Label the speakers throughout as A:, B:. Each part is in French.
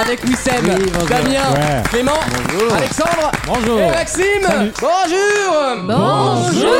A: avec Wissem, Damien,
B: Ouais.
A: Clément, Alexandre
B: Bonjour.
A: et Maxime. Bonjour.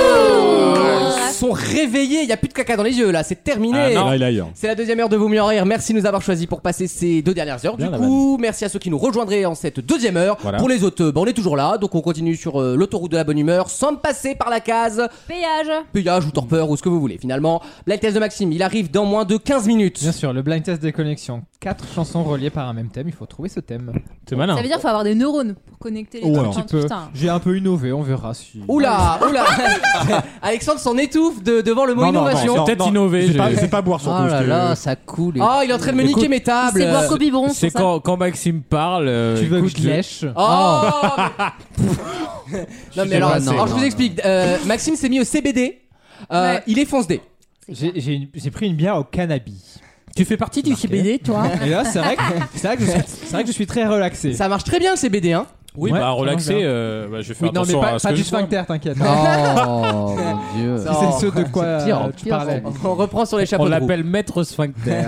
A: Ils sont réveillés, il n'y a plus de caca dans les yeux là, c'est terminé.
B: Ah Là, il hein. est ailleurs.
A: C'est la deuxième heure de Vaut mieux en rire. Merci de nous avoir choisis pour passer ces deux dernières heures.
B: Bien,
A: du
B: la
A: coup, merci à ceux qui nous rejoindraient en cette deuxième heure.
B: Voilà.
A: Pour les autres, euh, bah, on est toujours là. Donc on continue sur euh, l'autoroute de la bonne humeur sans passer par la case
C: Péage.
A: payage ou torpeur ou ce que vous voulez. Finalement, la thèse de Maxime, il arrive dans moins de 15 minutes.
D: Bien sûr, le blind test des connexions. Quatre chansons reliées par un même thème, il faut trouver ce thème.
B: C'est malin.
C: Ça veut dire qu'il faut avoir des neurones pour connecter les
B: Oh,
C: trucs.
B: alors.
C: Enfin,
D: Tu peux-
C: putain.
D: J'ai un peu innové, on verra si.
A: Oula, oula Alexandre s'en étouffe de- devant le mot innovation.
B: non,
E: Peut-être
B: non,
E: innover.
B: c'est
E: j'ai-
B: pas- C'est pas boire surtout. Ah, parce que-
A: ça coule. Oh, il est en train de me niquer mes tables.
C: C'est boire qu'au biberon.
E: C'est
C: ça.
E: quand, quand Maxime parle. euh,
D: Tu veux que
E: écoute,
D: je lèche
A: Oh Non, mais alors,
D: dépassé,
A: alors, je
D: non,
A: vous
D: non.
A: explique. Euh, Maxime s'est mis au CBD. Euh,
C: Ouais.
A: Il est fonce D.
D: J'ai- J'ai une- j'ai pris une bière au cannabis.
E: Tu fais partie du
D: Marqué.
E: CBD, toi
D: Et là, c'est vrai, que- c'est vrai, que je suis- c'est vrai que je suis très relaxé.
A: Ça marche très bien le CBD, hein
E: Oui, bah
D: Ouais, ça marche
E: relaxé.
D: bien.
E: euh, bah, je vais faire
D: Oui, non, mais
E: attention
D: pas,
E: à ce
D: pas
E: que
D: du
E: je bois.
D: sphincter, t'inquiète.
F: Oh mon dieu.
D: Si C'est ce de quoi
F: C'est pire,
D: euh,
F: en
D: tu
F: pire,
D: parlais.
F: c'est-
A: On reprend sur les chapeaux
E: On
A: de roue.
E: l'appelle Maître Sphincter.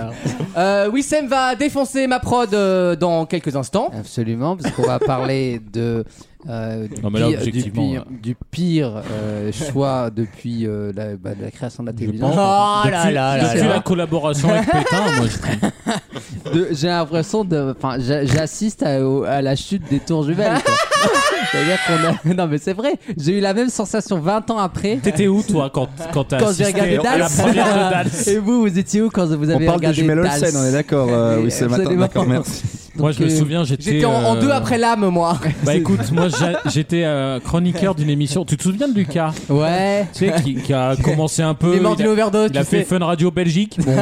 A: Euh, Wissem va défoncer ma prod euh, dans quelques instants.
F: Absolument, parce qu'on va parler de. euh, du,
E: Non, mais là,
F: pire, du
E: objectivement, hein.
F: pire, du pire, euh, choix depuis euh, la, bah, de la création de la télévision.
A: Oh
E: Depuis-
A: là là là
E: Depuis
A: là.
E: la collaboration avec Pétain, moi je dis.
F: De- J'ai l'impression de. Enfin, j'a- j'assiste à, au- à la chute des tours jumelles. quoi. C'est-à-dire qu'on a. Non, mais c'est vrai, j'ai eu la même sensation 20 ans après.
E: T'étais où toi quand, quand t'as
F: Quand j'ai
E: assisté
F: regardé
E: à la
F: Dallas.
E: première de Dallas
F: Et vous, vous étiez où quand vous
G: On
F: avez
G: parle de
F: regardé
G: jumelles
F: Dals
G: Olsen, on est d'accord.
F: Mais
G: euh, oui, c'est maintenant.
F: absolument.
G: D'accord, merci.
E: Moi je me
F: euh,
E: souviens, j'étais.
A: J'étais en, en
E: euh,
A: deux après l'âme, moi.
E: Bah écoute, moi j'a- j'étais euh, chroniqueur d'une émission. Tu te souviens de Lucas
F: Ouais.
E: Tu sais, qui, qui a commencé un
A: Il
E: peu.
A: est mort
E: il
A: d'une
E: a,
A: overdose,
E: il
A: tu
E: a fait
A: sais.
E: Fun Radio Belgique. Bon,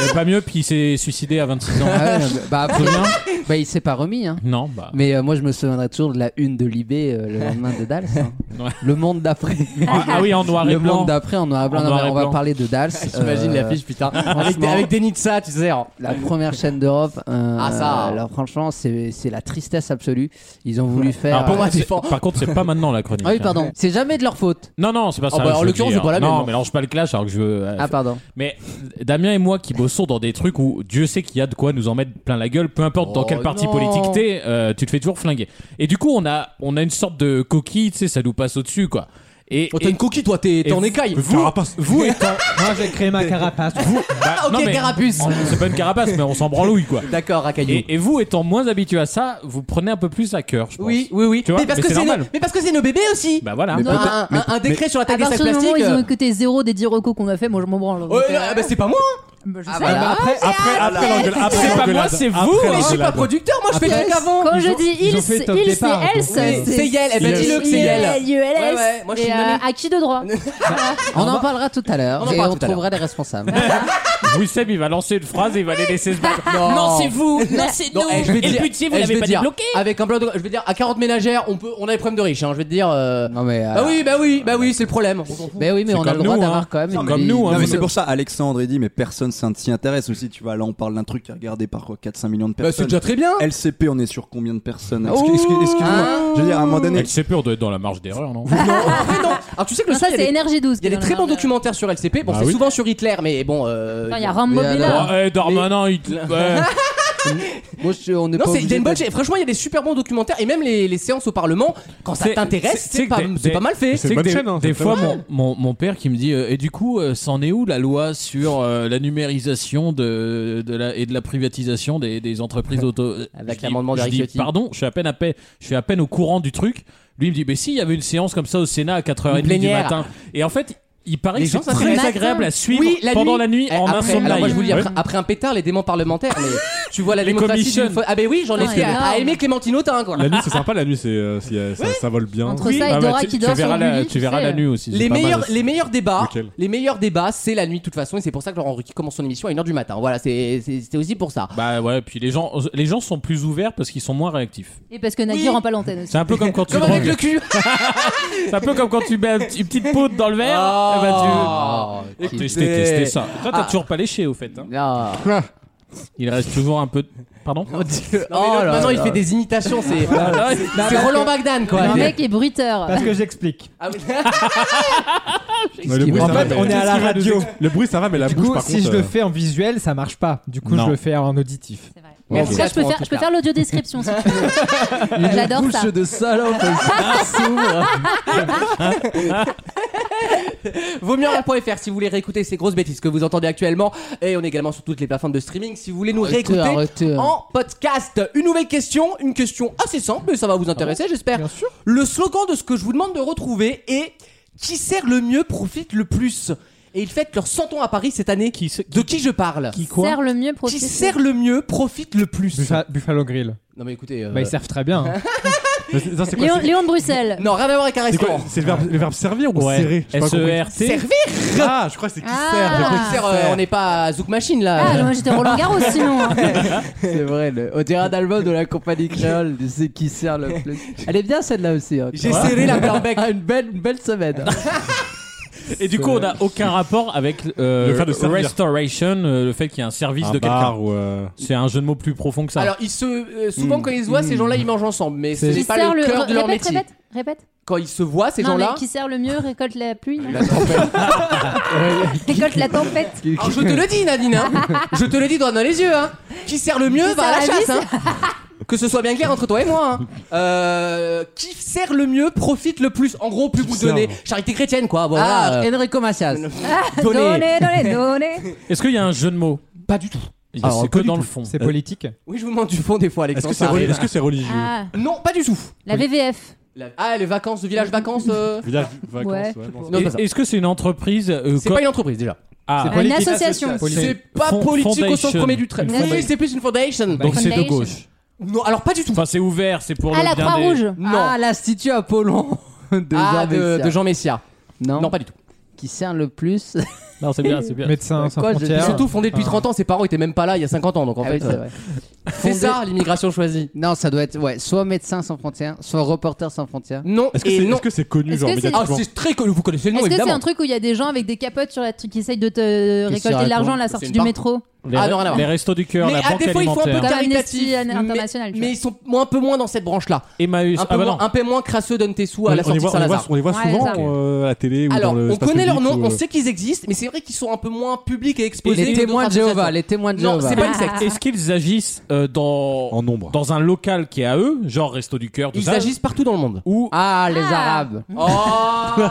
E: il avait pas mieux, puis il s'est suicidé à 26 ans.
F: Ah ouais, non, bah,
E: Tu
F: après,
E: te souviens
F: bah, il s'est pas remis, hein.
E: Non, bah.
F: Mais euh, moi, je me souviendrai toujours de la une de Libé euh, le lendemain de Dals. hein.
E: Ouais.
F: Le monde d'après.
E: Ah, ah oui, en noir et
F: Le
E: blanc.
F: monde d'après, on, a...
E: En noir et
F: on va
E: blanc.
F: parler de Dals.
A: J'imagine
F: euh,
A: l'affiche, putain. Avec, des-
F: franchement.
A: avec des nids de ça, tu sais. hein.
F: La première chaîne d'Europe. euh,
A: Ah, ça.
F: Alors, franchement, c'est c'est la tristesse absolue. Ils ont voulu faire.
E: Alors, pour moi,
A: Ah,
E: c'est-
A: défend.
E: par contre, c'est pas maintenant la chronique.
F: Ah oui,
E: hein.
F: pardon. C'est jamais de leur faute.
E: Non, non, c'est pas ça.
A: bah, en
E: je veux
A: l'occurrence,
E: dire.
A: c'est pas la même,
E: Non,
A: non.
E: mélange pas le clash alors que je veux. euh,
F: Ah, pardon.
E: Mais Damien et moi qui bossons dans des trucs où Dieu sait qu'il y a de quoi nous en mettre plein la gueule, peu importe dans
A: Oh
E: quel parti
A: non.
E: politique t'es, euh, tu te fais toujours flinguer. Et du coup, on a, on a une sorte de coquille, tu sais, ça nous passe au-dessus, quoi. Et,
A: Oh, t'as
E: et-
A: une coquille, toi, t'es t'es
E: et
A: en écaille.
E: Vous, vous étant.
D: Moi, j'ai créé ma carapace.
E: bah,
A: Ah, ok,
E: non, mais-
A: carapuce.
E: on- C'est pas une carapace, mais on s'en branlouille, quoi.
A: D'accord, racaillou.
E: Et, et vous étant moins habitué à ça, vous prenez un peu plus à cœur, je pense.
A: Oui, oui, oui.
E: Tu vois,
A: mais, parce
E: mais
A: que
E: c'est
A: c'est nos-
E: normal.
A: mais parce que c'est nos bébés aussi.
E: Bah voilà.
A: Non, un, un- un décret sur la
C: À
A: taille des sacs
C: partir du moment où
A: plastiques.
C: bah, ils ont
A: euh,
C: écouté zéro des 10 recos qu'on a fait, moi je m'en branle.
A: Ouais,
C: Donc,
A: là,
C: euh,
A: bah, c'est pas moi.
C: bah, je sais.
F: bah,
E: Ah,
C: pas.
B: Après, après, après l'engueulade. Après
E: C'est pas
B: l'engueulade.
E: moi, c'est vous. hein.
B: Après
A: Mais je suis pas
B: l'engueulade.
A: producteur, moi je fais le truc avant.
C: Quand je
D: ont-
C: dis
D: ils ont
C: ils,
D: fait
C: c'est
D: top
C: ils, c'est
D: départ,
C: elles.
D: donc, euh,
C: c'est-
A: C'est Yel, eh ben
E: Yes.
A: dis-le que c'est Yel. Ouais, ouais, moi, je suis
C: Et,
A: une
C: euh,
A: mamie.
C: à qui de droit
F: On en parlera tout à
A: On
F: l'heure
A: en
F: et
A: parle
F: on
A: tout à l'heure.
F: trouvera les responsables.
E: Wissem, il va lancer une phrase et il va les laisser se battre.
A: Non,
E: vous. Non, c'est
A: Non, eh, je vais dire-
E: sais,
A: eh, je vais dire, Avec un plan de- Je vais dire, à 40 ménagères, on peut, on a des problèmes de riches. hein, Je vais te dire. euh,
F: Non, mais.
E: Ah.
F: euh,
A: Bah oui, bah oui, bah oui, c'est le problème.
F: Mais oui, mais
E: C'est
F: on a le
E: comme
F: droit
E: nous,
F: d'avoir
E: hein.
F: quand même.
E: C'est
F: une
E: comme
F: vie-
E: nous, hein.
G: Non, mais
E: Vous-
G: c'est pour ça, Alexandre, il dit, mais personne ça ne s'y intéresse aussi. Tu vas là, on parle d'un truc qui est regardé par quoi 4-5 millions de
A: Bah c'est
G: personnes.
A: déjà très bien.
G: LCP, on est sur combien de personnes
A: Oh.
G: Excuse- excuse- Excuse-moi. Je veux dire, à un moment donné,
E: LCP, on doit être dans la marge d'erreur, non
A: Après, Ah, non. Alors tu sais que le
C: Non, Ça,
A: soir, il y a
C: c'est
A: des-
C: énergie 12.
A: il y a des très bons
C: documents.
A: documentaires sur LCP. Bon,
E: Bah
A: c'est
E: oui.
A: souvent sur Hitler, mais bon. euh,
C: Il y a Rambo
F: Mais
C: Mobile.
F: alors-
E: Oh, eh, Darmanin, il te- ouais.
F: Moi, je- on n'est
A: Non,
F: pas
A: c'est il y a
F: obligé
A: une bonne
F: d'être-
A: chaîne. Franchement, il y a des super bons documentaires et même les, les séances au Parlement, quand ça
E: C'est-
A: t'intéresse,
E: c'est-
A: c'est
E: que
A: pas,
E: des-
A: c'est
E: des-
A: pas mal fait.
E: c'est que
B: une bonne
E: des,
B: chaîne, hein,
E: des
B: c'est
E: fois, mon, mon, mon père qui me dit euh, Et du coup, euh, c'en est où la loi sur euh, la numérisation de, de la, et de la privatisation des, des entreprises auto
A: Avec
E: Je dis-
A: l'amendement
E: je
A: d'Eric
E: dis,
A: Ciotti.
E: Pardon, je suis, à peine à pe- je suis à peine au courant du truc. Lui, il me dit Mais si, il y avait une séance comme ça au Sénat à 4h30 du
A: plénière.
E: matin. Et en fait, il paraît
A: Les
E: que
A: gens
E: c'est
A: s'intéressent.
E: très agréable à suivre
A: Oui, la
E: pendant
A: nuit.
E: la nuit
A: Eh,
E: en un
A: après,
E: sommeil.
A: alors moi je vous le dis,
E: Ouais.
A: après, après un pétard, les démons parlementaires, mais tu vois la
E: Les
A: démocratie.
E: commissions.
A: d'une fois- Ah, ben oui, j'en
C: Non,
A: étais à, à
C: énorme.
A: aimer Clémentine Autain, quoi.
B: La nuit, c'est sympa. La nuit, c'est euh, si, euh, ça, ça vole bien.
C: Entre ça et
E: Ah bah,
C: Dora
E: tu, tu
C: qui dort sur
E: verras
C: le
E: la,
C: lit,
E: tu verras
C: sais.
E: la nuit aussi. c'est
A: euh, Les
E: pas mal
A: meilleurs,
E: aussi.
A: les meilleurs débats,
B: Nickel.
A: les meilleurs débats, c'est la nuit de toute façon, et c'est pour ça que Laurent Ruquier commence son émission à 1h du matin. Voilà, c'est c'est- c'était aussi pour ça.
E: Bah ouais, puis les gens, les gens sont plus ouverts parce qu'ils sont moins réactifs.
C: Et parce que Nagui
A: Oui.
C: rend pas l'antenne aussi.
E: C'est un peu comme quand tu
A: Comme avec
E: drogues.
A: le cul.
E: C'est un peu comme quand tu mets un petit- une petite poudre dans le verre.
A: Oh.
E: eh ben
F: Ah,
E: tu...
F: qui-
E: Tester, tester ça. Toi, t'as toujours pas léché au fait. hein.
F: Ah.
E: Il reste toujours un peu.
D: Pardon
A: Non, mais l'autre, maintenant, il fait des imitations. C'est c'est Roland Bagdan, quoi.
C: Le
A: Il-
C: mec est bruiteur.
D: Parce que j'explique.
A: Ah oui.
B: Mais le bruit,
D: En
B: ça va,
D: fait,
B: mais-
D: on est à la radio.
B: Le bruit, ça va, mais la
D: Du
B: bouche,
D: coup,
B: par
D: si
B: contre.
D: je le
B: euh,
D: fais en visuel, ça marche pas. Du coup,
B: Non.
D: je le fais en auditif.
C: C'est vrai. Mais en
A: Merci
C: tout cas,
A: à
C: je peux
A: toi, en
C: faire,
A: tout
C: je peux
A: cas.
C: faire l'audio description si tu veux. J'adore ça.
F: Bouche de salope, elle s'ouvre.
A: Vaut mieux en rire.fr si vous voulez réécouter ces grosses bêtises que vous entendez actuellement. Et on est également sur toutes les plateformes de streaming si vous voulez nous réécouter
F: arrêtez.
A: en podcast. Une nouvelle question, une question assez simple, mais ça va vous intéresser, j'espère.
D: Bien sûr.
A: Le slogan de ce que je vous demande de retrouver est Qui sert le mieux profite le plus Et ils fêtent leurs 100 ans à Paris cette année.
E: Qui se-
A: De qui je parle
E: Qui
C: Serre le mieux,
A: Qui
C: profite.
A: sert le mieux profite le plus
D: Buffa- Buffalo Grill.
A: Non, mais écoutez. euh,
D: Bah, ils servent très bien. hein.
B: mais c'est- non, c'est quoi,
C: Léon,
B: c'est-
C: Léon de Bruxelles.
A: Non, rien à voir avec un
B: c'est quoi,
A: restaurant.
B: C'est le verbe, le verbe servir ou serrer Je sais pas
D: E
B: compris.
E: S-E-R-T.
A: Servir
B: Ah, je crois que c'est qui
C: Ah.
B: sert. j'ai compris.
A: Qui sert, euh, On n'est pas à Zouk Machine là.
C: Ah, non, moi j'étais Roland Garros sinon. hein.
F: C'est vrai, le... on dirait un album de la compagnie créole, de c'est qui sert le plus. Elle est bien celle-là aussi. hein.
A: J'ai serré la barbec.
F: Ah, une belle, une belle semaine.
E: Et du coup, on n'a aucun rapport avec euh,
B: Le fait de servir.
E: restoration, euh, le fait qu'il y a un service
B: Un
E: de quelqu'un.
B: bar ou. euh,
E: C'est un jeu de mots plus profond que ça.
A: Alors, ils se, euh, souvent, quand ils se voient, ces gens-là, ils mangent ensemble. Mais
D: C'est-
A: c'est
C: Qui
A: pas
C: sert
A: le cœur de leur
C: répète,
A: métier.
C: Répète, répète.
A: Quand ils se voient, ces
C: non, mais
A: gens-là.
C: qui sert le mieux récolte la pluie. non récolte la tempête.
A: Alors, je te le dis, Nadine. hein. je te le dis droit dans les yeux. hein. Qui sert le mieux
C: Qui
A: va à la
C: sert la
A: chasse. hein. que ce soit bien clair entre toi et moi. hein. Euh, qui sert le mieux profite le plus. En gros, plus vous
B: sert.
A: donnez. Charité chrétienne, quoi.
F: Ah,
A: Voilà. Euh,
F: Enrico Macias.
A: Donnez.
C: Donnez, donnez, donnez.
E: Est-ce qu'il y a un jeu de mots
A: Pas du tout.
E: Il y a-
B: Alors,
E: C'est
B: pas
E: que
B: du
E: dans
B: tout.
E: le fond.
D: C'est politique.
A: Oui, je vous demande du fond des fois,
B: Est-ce
A: Alexandre.
B: que c'est
A: ça
B: reli-
A: arrive.
B: est-ce que c'est religieux
C: Ah,
A: Non, pas du tout.
C: la VVF.
A: La- Ah, les vacances, de village vacances. euh,
B: Village vacances, ouais,
C: Ouais.
B: non,
A: Non, c'est pas ça.
E: Est-ce que c'est une entreprise euh,
A: C'est
E: co-
A: pas une entreprise déjà.
E: Ah.
D: C'est
C: Une
D: Politique.
C: association.
A: C'est
E: Politique.
A: pas
E: Fond-
A: politique au sens
E: foundation.
A: premier du trait.
E: Une
A: Oui,
E: fondation.
A: c'est plus une foundation.
D: Bah,
E: Donc c'est de
C: Foundation.
E: gauche.
A: Non, alors pas du tout.
E: Enfin, c'est ouvert, c'est pour
C: Ah,
E: le
C: la
E: bien des-
C: Croix-Rouge.
A: Non.
F: Ah, l'Institut Apollon de
A: Ah,
F: Jean
A: de,
F: Messia.
A: de Jean Messia.
F: Non,
A: Non, pas du tout.
F: qui sert le plus.
E: Non, c'est bien, c'est bien.
D: Médecins sans
F: Quoi, je-
D: frontières.
A: Surtout fondé
B: Ah.
A: depuis 30 ans, ses parents étaient même pas là il y a 50 ans, donc en
F: Ah oui,
A: fait.
F: c'est
A: euh,
F: vrai.
A: C'est ça l'immigration choisie.
F: Non, ça doit être ouais, soit médecin sans frontières, soit reporter sans frontières.
A: Non,
B: Est-ce que
A: et
B: c'est
A: non.
B: est-ce que c'est connu,
C: Est-ce
B: genre
C: que c'est-
A: Ah,
B: médiatiquement
A: c'est très connu, vous connaissez le nom
C: Est-ce que c'est un
A: évidemment.
C: truc où il y a des gens avec des capotes sur la truc qui essayent de te récolter
F: sert à
C: de l'argent
F: quoi
C: à la
A: C'est
C: sortie
A: une
C: du
A: banque.
C: métro
E: Les,
A: Ah, non, rien à voir.
E: les restos du cœur,
A: Mais
E: la
A: à
E: banque
A: des fois, il faut un peu
E: alimentaire.
C: Comme
A: Caritatif,
C: Amnesty
A: mais-
C: International. tu
A: Mais ils sont moins- un peu moins dans cette branche-là.
E: Emmaüs.
A: Un
E: Ah
A: peu
E: bah
A: moins-
E: non.
A: un peu moins crasseux donne tes sous
B: on
A: à
B: les
A: la
B: voit, on
A: sortie
B: les voit,
A: Saint-Lazare.
B: on les voit
C: Ouais,
B: souvent
C: Lazare.
B: euh, à la télé ou
A: Ah. Alors,
B: dans le
A: on
B: espace
A: connaît leur
B: public
A: nom,
B: ou,
A: on
B: euh,
A: sait qu'ils existent, mais c'est vrai qu'ils sont un peu moins publics et exposés.
F: Les
A: que
F: témoins de
A: d'autres
F: Jéhovah,
A: associations.
F: les témoins de
A: Non,
F: Jéhovah.
A: c'est pas une secte.
E: Est-ce qu'ils agissent euh, dans
B: en nombre.
E: dans un local qui est à eux, genre resto du cœur, tout
A: Ils
E: ça
A: agissent partout dans le monde.
E: Ou
F: Ah, les
C: Ah.
F: Arabes.
A: Oh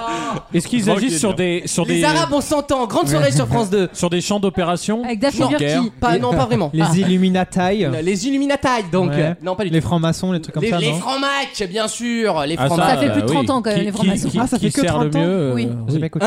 E: est-ce qu'ils
B: Drogués,
E: agissent sur
B: bien.
E: des sur
A: Les
E: des
A: Arabes, on s'entend. Grande soirée sur France 2.
E: sur des champs d'opération
C: Avec Daphne
E: Non.
C: Burki.
E: Guerre.
A: Pas, non, pas vraiment.
D: Les Illuminati.
A: Ah, les Illuminati, donc.
D: Ouais.
A: euh, Non, pas du tout.
D: Les francs-maçons, les trucs comme
A: Les,
D: ça,
A: les
D: non
A: francs-macs, bien sûr. Les
E: Ah,
A: francs-macs.
C: Ça fait plus de 30 ans, quand même,
E: Qui-
C: les francs-maçons.
E: qui- qui-
D: Ah, ça
E: qui
D: fait que
E: sert le
D: 30 ans
E: mieux euh,
C: Oui.
D: J'ai jamais écouté.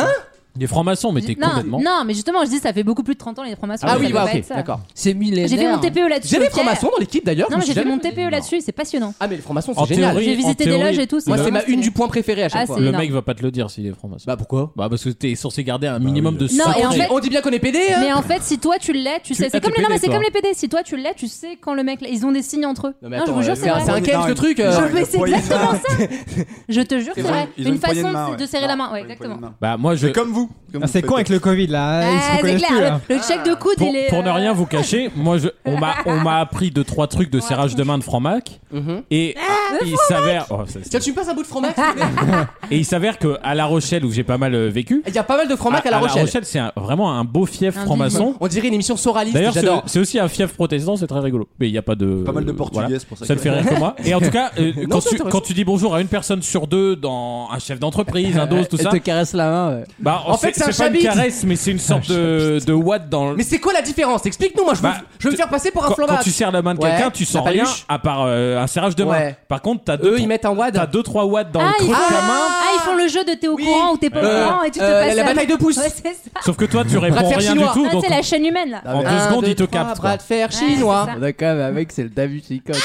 E: Les francs-maçons, mais t'es
C: non,
E: complètement.
C: non, mais justement, je dis ça fait beaucoup plus de 30 ans les francs-maçons.
A: Ah
C: ça
A: oui,
C: doit
A: bah
C: pas
A: ok,
C: être ça.
A: d'accord.
F: C'est millénaire.
C: J'ai fait mon TPE là-dessus.
A: J'ai des
C: ok
A: francs-maçons dans l'équipe d'ailleurs.
C: Non,
A: je
C: mais
A: suis
C: j'ai fait
A: jamais-
C: mon TPE là-dessus, c'est passionnant.
A: Ah, mais les francs-maçons,
E: En
A: c'est génial.
E: théorie,
C: J'ai
E: en
C: visité des
E: théorie,
C: loges et tout.
A: Moi, c'est ma
C: vraiment
A: une
C: stylé.
A: du point préféré à chaque
C: Ah,
A: fois.
C: c'est-
E: Le
C: Non.
E: mec va pas te le dire s'il est franc-maçon.
A: Bah pourquoi
E: Bah parce que t'es censé garder un minimum de
B: oui.
C: Non,
E: sacré.
C: et en fait-
A: On dit bien qu'on est pédé. hein
C: Mais en fait, si toi tu l'es, tu, sais.
E: ah,
C: C'est comme,
E: t'es
C: les... non, mais
E: pédé,
C: c'est
E: toi.
C: comme les PD. Si toi tu l'es, tu sais quand le mec. Ils ont des signes entre eux.
A: Non, mais
C: je
A: attends,
C: vous
A: euh,
C: jure,
A: c'est
C: c'est
A: un-
C: vrai.
A: c'est un catch, ce truc.
C: Je
A: euh.
C: mais c'est exactement ça. Je te jure, c'est
G: Ils ont-
C: vrai.
G: ils ont
C: Une,
G: poignée
C: façon
G: main,
C: de,
G: ouais.
C: de serrer la main. Ouais,
G: Ils ont une
C: exactement.
G: poignée de main.
E: Bah moi je
G: Mais Comme vous. comme
D: Ah,
G: vous
D: c'est
G: faites.
D: con avec le Covid là, ils se
C: Ah, c'est
D: reconnaissent plus hein.
C: clair.
D: là.
C: Le le check de coude,
E: pour,
C: il est.
E: pour ne
C: euh,
E: rien vous cacher, moi je, on m'a on m'a appris deux trois trucs de
C: Ouais. Ah,
E: serrage de main de franc-mac
A: Mhm.
E: et il s'avère oh, ça, c'est-
A: Tiens, tu me passes un bout de franc-mac s'il te plaît
E: et il s'avère que à La Rochelle où j'ai pas mal euh, vécu.
A: Il y a pas mal de
E: Ah,
A: francs-mac à La Rochelle.
E: c'est un- vraiment un beau fief
C: Un
E: franc-maçon.
A: On dirait une émission soraliste.
E: D'ailleurs, c'est-
A: j'adore.
E: c'est aussi un fief protestant, c'est très rigolo. Mais il n'y a pas de.
G: Pas mal de
E: euh,
G: portugais,
E: voilà.
G: c'est pour ça.
E: Ça ne
G: que-
E: fait rien que moi. Et en tout cas, euh, quand,
A: c'est
E: tu,
A: intéressant.
E: quand tu dis bonjour à une personne sur deux dans un chef d'entreprise, un dos, tout
F: Elle
E: ça,
F: te caresse la main. ouais.
E: bah,
A: En fait, c'est un
E: pas une
A: chabit.
E: caresse, mais c'est une sorte de, de watt dans le.
A: Mais c'est quoi la différence Explique-nous, moi je veux,
E: Bah,
A: je veux me
E: te-
A: faire passer pour un
E: Quand, quand
A: flambard.
E: tu serres la main de
A: Ouais,
E: quelqu'un, tu sens
A: la
E: rien
A: paluche.
E: à part euh, un serrage de main.
A: Ouais.
E: Par contre, t'as deux,
A: Eux ils mettent un
E: t'as
A: wad.
E: deux trois watts dans le
C: Ah, ils
E: creux de
C: font-
E: ta main.
C: Ah, ils font le jeu de t'es au
A: Oui.
C: courant ou t'es pas
A: Euh,
C: au courant et tu te
A: euh,
C: passes
A: la
C: à-
A: bataille de pouces.
C: Ouais, c'est ça.
E: Sauf que toi, tu réponds
A: faire
E: rien du
A: chinois.
E: tout.
C: Ah,
E: donc
C: c'est
E: en-
C: la chaîne humaine là.
E: en deux
A: Un,
E: secondes,
A: deux,
E: ils te
A: trois,
E: captent. quoi.
A: Oh, Bras de fer
C: Ouais,
A: chinois.
C: c'est ça.
F: On a quand même un mec, c'est le David Chicotte.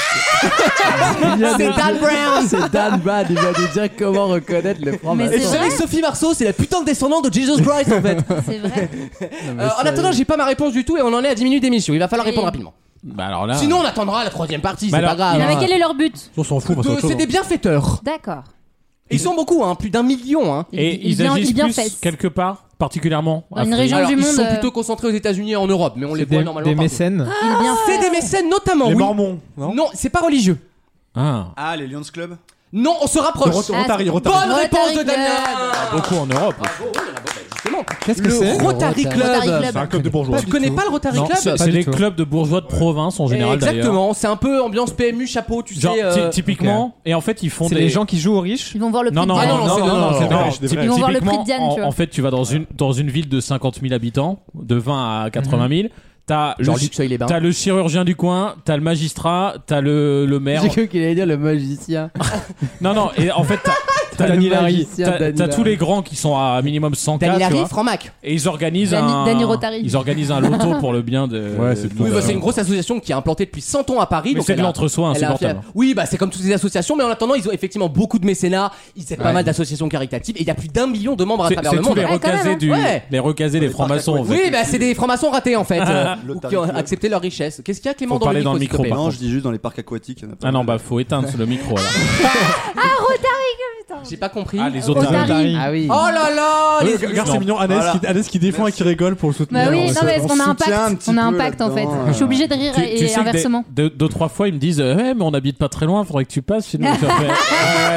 A: C'est Dan Brown.
F: C'est Dan Brad, il va nous dire comment reconnaître le franc
C: Mais
A: Et
C: C'est
A: je savais
C: vrai
A: que Sophie Marceau, c'est la putain de descendante de Jesus Christ en fait.
C: C'est vrai.
A: Euh, en attendant, j'ai pas ma réponse du tout et on en est à 10 minutes d'émission. Il va falloir
C: Oui.
A: répondre rapidement.
E: Bah alors là.
A: Sinon, on attendra la troisième partie,
E: Bah
A: c'est pas
E: alors,
A: grave.
C: Non, mais quel est leur but
B: On s'en fout, on va
A: De-
B: sur autre chose,
A: c'est des
B: hein.
A: bienfaiteurs.
C: D'accord.
A: Ils sont beaucoup, hein, plus d'un million. Hein.
E: Et ils
C: bien-
E: agissent
C: bien
E: plus
C: fait.
E: quelque part particulièrement
C: Dans une
E: Afrique.
C: région
A: Alors,
C: du
A: ils
C: monde.
A: sont
C: euh,
A: plutôt concentrés aux États-Unis et en Europe, mais on les
D: C'est
A: voit
D: des,
A: normalement.
D: des
A: partout.
D: mécènes.
C: il Ah, vient
A: Ah, C'est des mécènes notamment.
B: Les
A: oui.
B: Mormons, non
A: Non, c'est pas religieux.
E: Ah.
G: Ah, les Lions Club
A: Non, on se
B: De
A: rapproche. Ah.
B: Rot- Rotary,
C: c'est-
B: Rotary.
A: Bonne réponse de
C: Rotary Club.
A: Damien.
E: Beaucoup en Europe.
A: Bravo, oui, bravo, bah, justement.
D: Qu'est-ce que c'est
A: Le Rotary
F: Rotary
A: Club.
B: C'est un club de bourgeois.
A: Tu connais pas le Rotary
E: Non,
A: Club
E: c'est
D: Pas
E: c'est
D: du
E: les
D: tout.
E: clubs de bourgeois de province en général d'ailleurs.
A: Exactement, c'est un peu ambiance PMU, chapeau, tu
E: Genre,
A: sais.
E: ty-
A: euh,
E: typiquement, et en fait, ils font
D: C'est
E: des
D: les gens qui jouent aux riches.
C: Ils vont voir le prix
E: Non,
C: de
E: non,
A: Ah
C: Diane.
E: non, non,
A: c'est-
E: non,
A: non, non,
E: non,
A: c'est
E: non,
B: vrai,
E: non.
B: c'est vrai.
E: Typiquement,
C: Ils vont voir le prix de Diane,
E: en,
C: tu vois.
E: en fait, tu vas dans une, dans une ville de 50 000 habitants, de 20 à 80 000, t'as le,
A: Genre
E: chi-
A: les
E: t'as le chirurgien du coin, t'as le magistrat, t'as le, le maire.
F: J'ai cru qu'il allait dire le magicien.
E: Non, non, et en fait, t'as- t'as
F: Le
E: Dani Larry,
F: magicien
E: t'as
F: Dani
E: t'as tous
F: Larry.
E: les grands qui sont à minimum 100 k
A: Daniel
E: tu
A: Harry,
E: vois,
A: Franc Mac.
E: et ils organisent
C: Dani-
E: un,
C: Dani Rotary.
E: ils organisent un loto pour le bien de.
B: Ouais, c'est
E: de-
B: tout.
A: Oui, bah, c'est
B: euh,
A: une grosse association qui est implantée depuis 100 ans à Paris.
E: Mais
A: donc
E: c'est
A: elle
E: de
A: a-
E: l'entre-soi
A: elle a un
E: Ah, insupportable. hein.
A: fier- Oui, bah c'est comme toutes les associations, mais en attendant, ils ont effectivement beaucoup de mécénats, ils aident pas
D: Ouais.
A: mal d'associations caritatives, et il y a plus d'un million de membres à
E: C'est
A: travers
E: c'est
A: le
E: tous
A: monde.
E: les
C: Ah, quand
E: recasés
C: même,
E: du,
A: ouais.
E: les recasés des francs-maçons. en fait.
A: Oui, bah c'est des francs-maçons ratés en fait, euh,
G: Le
A: ou qui
G: Tariq
A: ont
G: Club.
A: accepté leur richesse. Qu'est-ce qu'il y a Clément
E: Faut
A: dans le
E: parler dans
A: micro,
E: le
A: s'il te
E: micro,
A: plaît
E: par
G: Non,
E: contre.
G: je dis juste dans les parcs aquatiques. il y en a pas
E: Ah non,
G: mal.
E: bah faut éteindre le micro. Là.
A: J'ai pas compris.
E: Ah, les Euh, autres.
C: Rotary.
F: Ah oui.
A: Oh là là les-
B: Ouais, Regarde, c'est mignon. Annès
G: Voilà.
B: qui- Annès qui défend et qui rigole pour le soutenir.
C: Bah oui,
G: on
C: non,
G: se-
C: mais est-ce
G: on
C: qu'on a
G: se
C: un
G: tient un
C: pacte
G: petit
C: On a un
G: peu
C: pacte en fait.
G: là-dedans, euh,
C: Je suis obligée de rire
E: Tu, tu
C: et
E: sais que des-
C: inversement.
E: deux, deux, trois fois, ils me disent euh, Eh, mais on habite pas très loin, faudrait que tu passes chez nous. Ça fait, Ah ouais.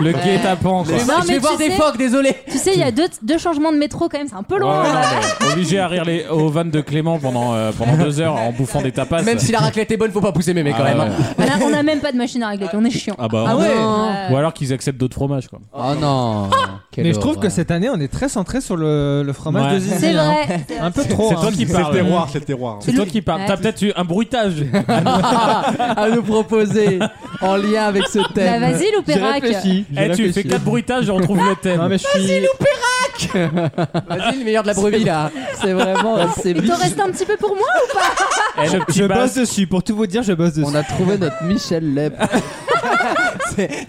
E: Le guet-apens,
A: Je
E: quoi.
A: vais voir-
C: Non,
A: je
C: mais
A: vais voir
C: tu
A: des
C: sais-
A: phoques, désolé.
C: Tu sais, il y a deux deux changements de métro quand même, c'est un peu
E: Ouais,
C: loin.
E: non,
C: là.
E: mais obligé à rire les, aux vannes de Clément pendant, euh, pendant deux heures en bouffant des tapas.
A: Même si la raclette est bonne, faut pas pousser mémé quand
E: Ah,
A: même. hein.
E: ouais.
C: On a- On a même pas de machine à régler, on est chiant.
E: Ah bah,
A: Ah ouais
C: Euh,
E: Ou alors qu'ils acceptent d'autres fromages, quoi.
F: Oh non.
D: Mais je trouve que cette année, on est très centré sur le, le fromage
E: Ouais.
D: de Zizi.
C: C'est
D: hein.
C: vrai. Bah, c'est
D: Un
C: vrai.
D: peu trop.
E: C'est
D: hein.
E: toi qui
B: C'est le
E: parles.
B: terroir, c'est le terroir.
E: C'est toi qui parles.
C: Ouais,
E: T'as
C: c'est-
E: peut-être eu un bruitage.
F: à nous proposer en lien avec ce
C: Bah
F: thème.
C: vas-y,
D: J'ai
C: l'opérac.
D: réfléchi. j'ai
E: Eh, tu
D: réfléchi.
E: fais quatre bruitages et on trouve le thème.
D: Non, mais je suis.
A: Vas-y, le meilleur de la brebis là.
F: C'est vraiment. C'est
C: Il
F: Mich-
C: t'en reste un petit peu pour moi
E: Eh, le petit
D: Je
E: bas-
D: bosse dessus. Pour tout vous dire, je bosse dessus.
F: On a trouvé notre Michel Leb.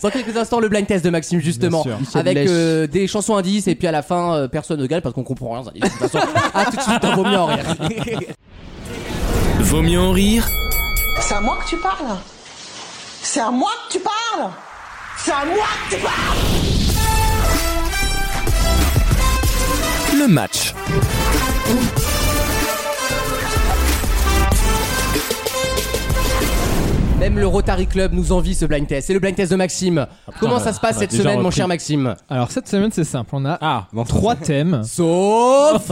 A: Dans quelques instants, le blind test de Maxime, justement.
D: Bien
F: sûr.
A: Avec
F: Michel Lèche.
A: euh, des chansons indices, et puis à la fin, euh, personne ne gagne parce qu'on comprend rien aux indices. De toute façon, à tout de suite, on vaut mieux en rire.
H: Vaut mieux en rire
I: C'est à moi que tu parles C'est à moi que tu parles C'est à moi que tu parles
H: le match.
A: Même le Rotary Club nous envie ce blind test. C'est le blind test de Maxime. Comment ça se passe
E: Ah, on a
A: cette
E: déjà
A: semaine, mon
E: repris.
A: cher Maxime
D: Alors, cette semaine, c'est simple. On a
E: Ah,
D: trois thèmes.
A: Sauf.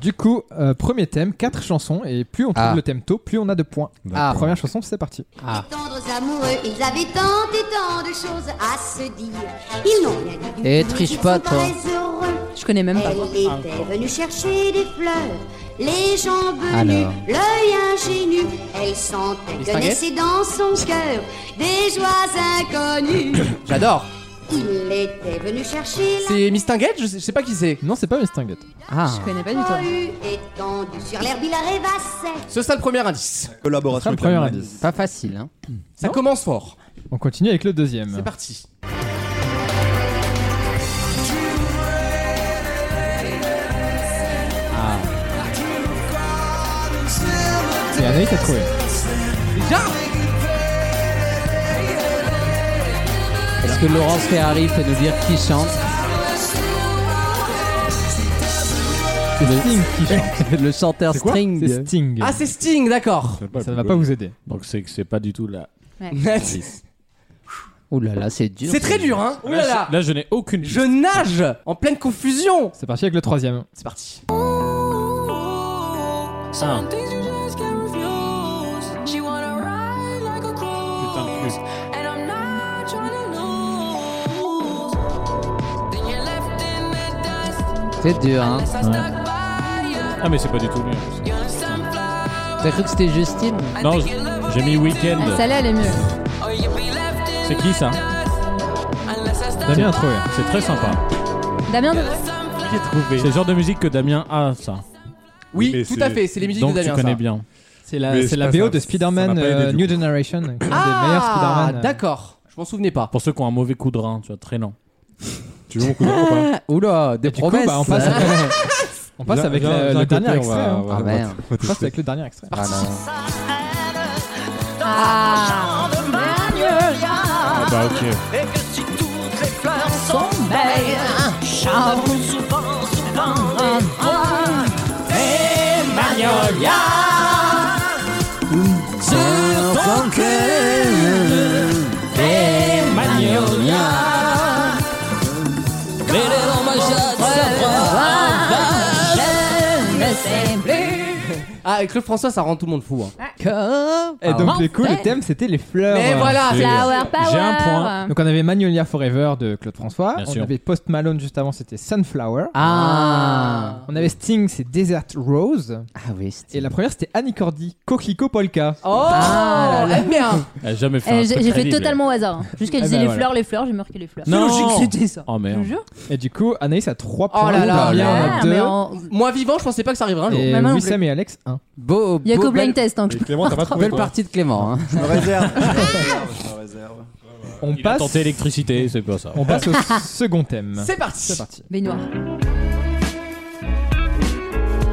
D: Du coup, euh, premier thème, quatre chansons. Et plus on trouve
F: Ah.
D: le thème tôt, plus on a de points.
F: Ah.
D: Première chanson, c'est parti.
J: Tendres amoureux, ils avaient tant et tant de choses à se dire. Ils n'ont rien dit du
F: Eh,
J: tout,
F: triche
J: ils
F: pas,
J: sont
F: toi.
J: très heureux.
C: Je connais même pas.
J: Elle était venue chercher des fleurs, les jambes nues,
F: Alors.
J: l'œil ingénu. Elle sentait
A: Les
J: que
A: Stargate
J: naissaient dans son cœur des joies inconnues.
A: J'adore.
J: Il était venu chercher la
A: C'est Miss Tinguette je, sais- je sais pas qui c'est.
D: Non, c'est pas Miss Tinguette.
F: Ah.
C: Je connais pas du tout.
J: cohue, étendue sur l'herbe, il la rêvassait.
A: Ce sera le premier indice.
G: Collaboration
D: Très
G: avec
D: premier
G: la
D: indice.
F: Pas facile, hein.
A: Ça commence fort.
E: Ah.
D: On continue avec le deuxième.
A: C'est parti.
D: C'est Anaïs qui a trouvé.
A: Déjà
F: Est-ce que Laurence Ferrari peut nous dire qui chante
D: C'est Sting qui chante.
F: Le chanteur
D: C'est quoi C'est
F: String.
D: Sting.
A: Ah, c'est Sting, d'accord.
D: Ça ne va pas vous aider.
E: donc c'est que c'est pas du tout là.
A: c'est
F: Ouh là là, c'est dur.
A: très dur, hein. Ouh là là.
E: Là, je n'ai aucune.
A: Je nage en pleine confusion.
D: C'est parti avec le troisième.
A: C'est parti.
E: Putain de cul.
F: C'est dur, hein.
E: Ah, mais c'est pas du tout lui.
F: T'as cru que c'était Justine
E: Non, je- j'ai mis week-end.
C: Ah, Celle-là, elle est mieux.
E: C'est qui ça
D: Damien a trouvé.
E: C'est très sympa.
C: Damien,
E: C'est le genre de musique que Damien a, ça.
A: Oui,
B: Mais
A: tout
B: c'est-
A: à fait. C'est les musiques
E: Donc
A: de
E: tu
A: Damien.
E: connais
A: hein, ça.
E: bien.
D: C'est la,
B: Mais
D: c'est
B: c'est
D: la
B: pas
D: BO
B: ça,
D: de
B: ça m'a
D: Spider-Man
B: pas aidé,
D: euh,
B: du
D: New Generation. qui est un des meilleurs
A: Ah,
D: Spider-Man. euh.
A: d'accord. Je m'en souvenais pas.
E: Pour ceux qui ont un mauvais coup de rein, tu vois, très lent.
B: Tu veux mon coup de main ou pas
F: Oula, des
D: Du coup,
F: promesses.
D: bah, on passe avec, on passe avec
B: Viens-
D: la-
B: viens
D: le
B: à côté,
D: dernier
B: on va-
D: extrait. hein.
B: on va-
F: Ah,
A: bah,
B: on va-
F: merde.
B: on va
D: On passe
B: tester.
D: avec le dernier extrait.
F: Ah, non.
C: Ah
E: Ah bah ok.
I: Et que si toutes les fleurs sont
K: Chavon, souvent, souvent, un train. Et Magnolia. Sur ton cœur. Et Magnolia. Mais dans ma chatte, ça prend
C: Je ne sais plus.
A: Ah, avec le François, ça rend tout le monde fou. hein.
D: Et Eh, donc, du coup, le thème c'était les fleurs.
A: Mais
E: Ah,
A: voilà,
D: J'ai-
A: c'est-
C: Ah, Flower power. Euh,
D: J'ai un point. Donc, on avait Magnolia Forever de Claude François.
E: Bien
D: on
E: sûr.
D: avait Post Malone juste avant, c'était Sunflower.
F: Ah.
D: On avait Sting, c'est Desert Rose.
F: Ah oui, c'était-
D: Et la première, c'était Annie Cordy, Coquelicot Polka.
A: Oh, eh bien.
E: Elle a jamais fait un
C: Euh,
E: truc
C: J'ai j'ai fait
E: crédible.
C: totalement au hasard. hein. Jusqu'à
D: Eh
C: disait
D: ben
C: les
D: voilà.
C: fleurs, les fleurs, j'ai marqué les fleurs.
E: Non.
F: c'était ça.
E: Oh
C: Je vous
E: merde.
C: jure.
D: Et du coup, Anaïs a 3 points.
A: Oh là là,
D: Damien en a
C: Ah,
D: deux.
C: mais en-
A: Moi vivant, je pensais pas que ça arriverait un jour.
D: Et
C: Bah, moi non
D: Wissem et Alex 1.
F: Beau,
C: Il y a
F: beau-
C: qu'au blind
F: belle,
C: test. donc je-
B: Et Clément, t'as pas trouvé.
F: belle
B: toi.
F: partie de Clément. hein.
G: Je me réserve. Je me réserve. Je me réserve.
D: On
E: Il a
D: passe,
E: tenté électricité, c'est pas ça.
D: on passe au second thème.
A: C'est parti.
D: C'est parti.
C: Baignoire.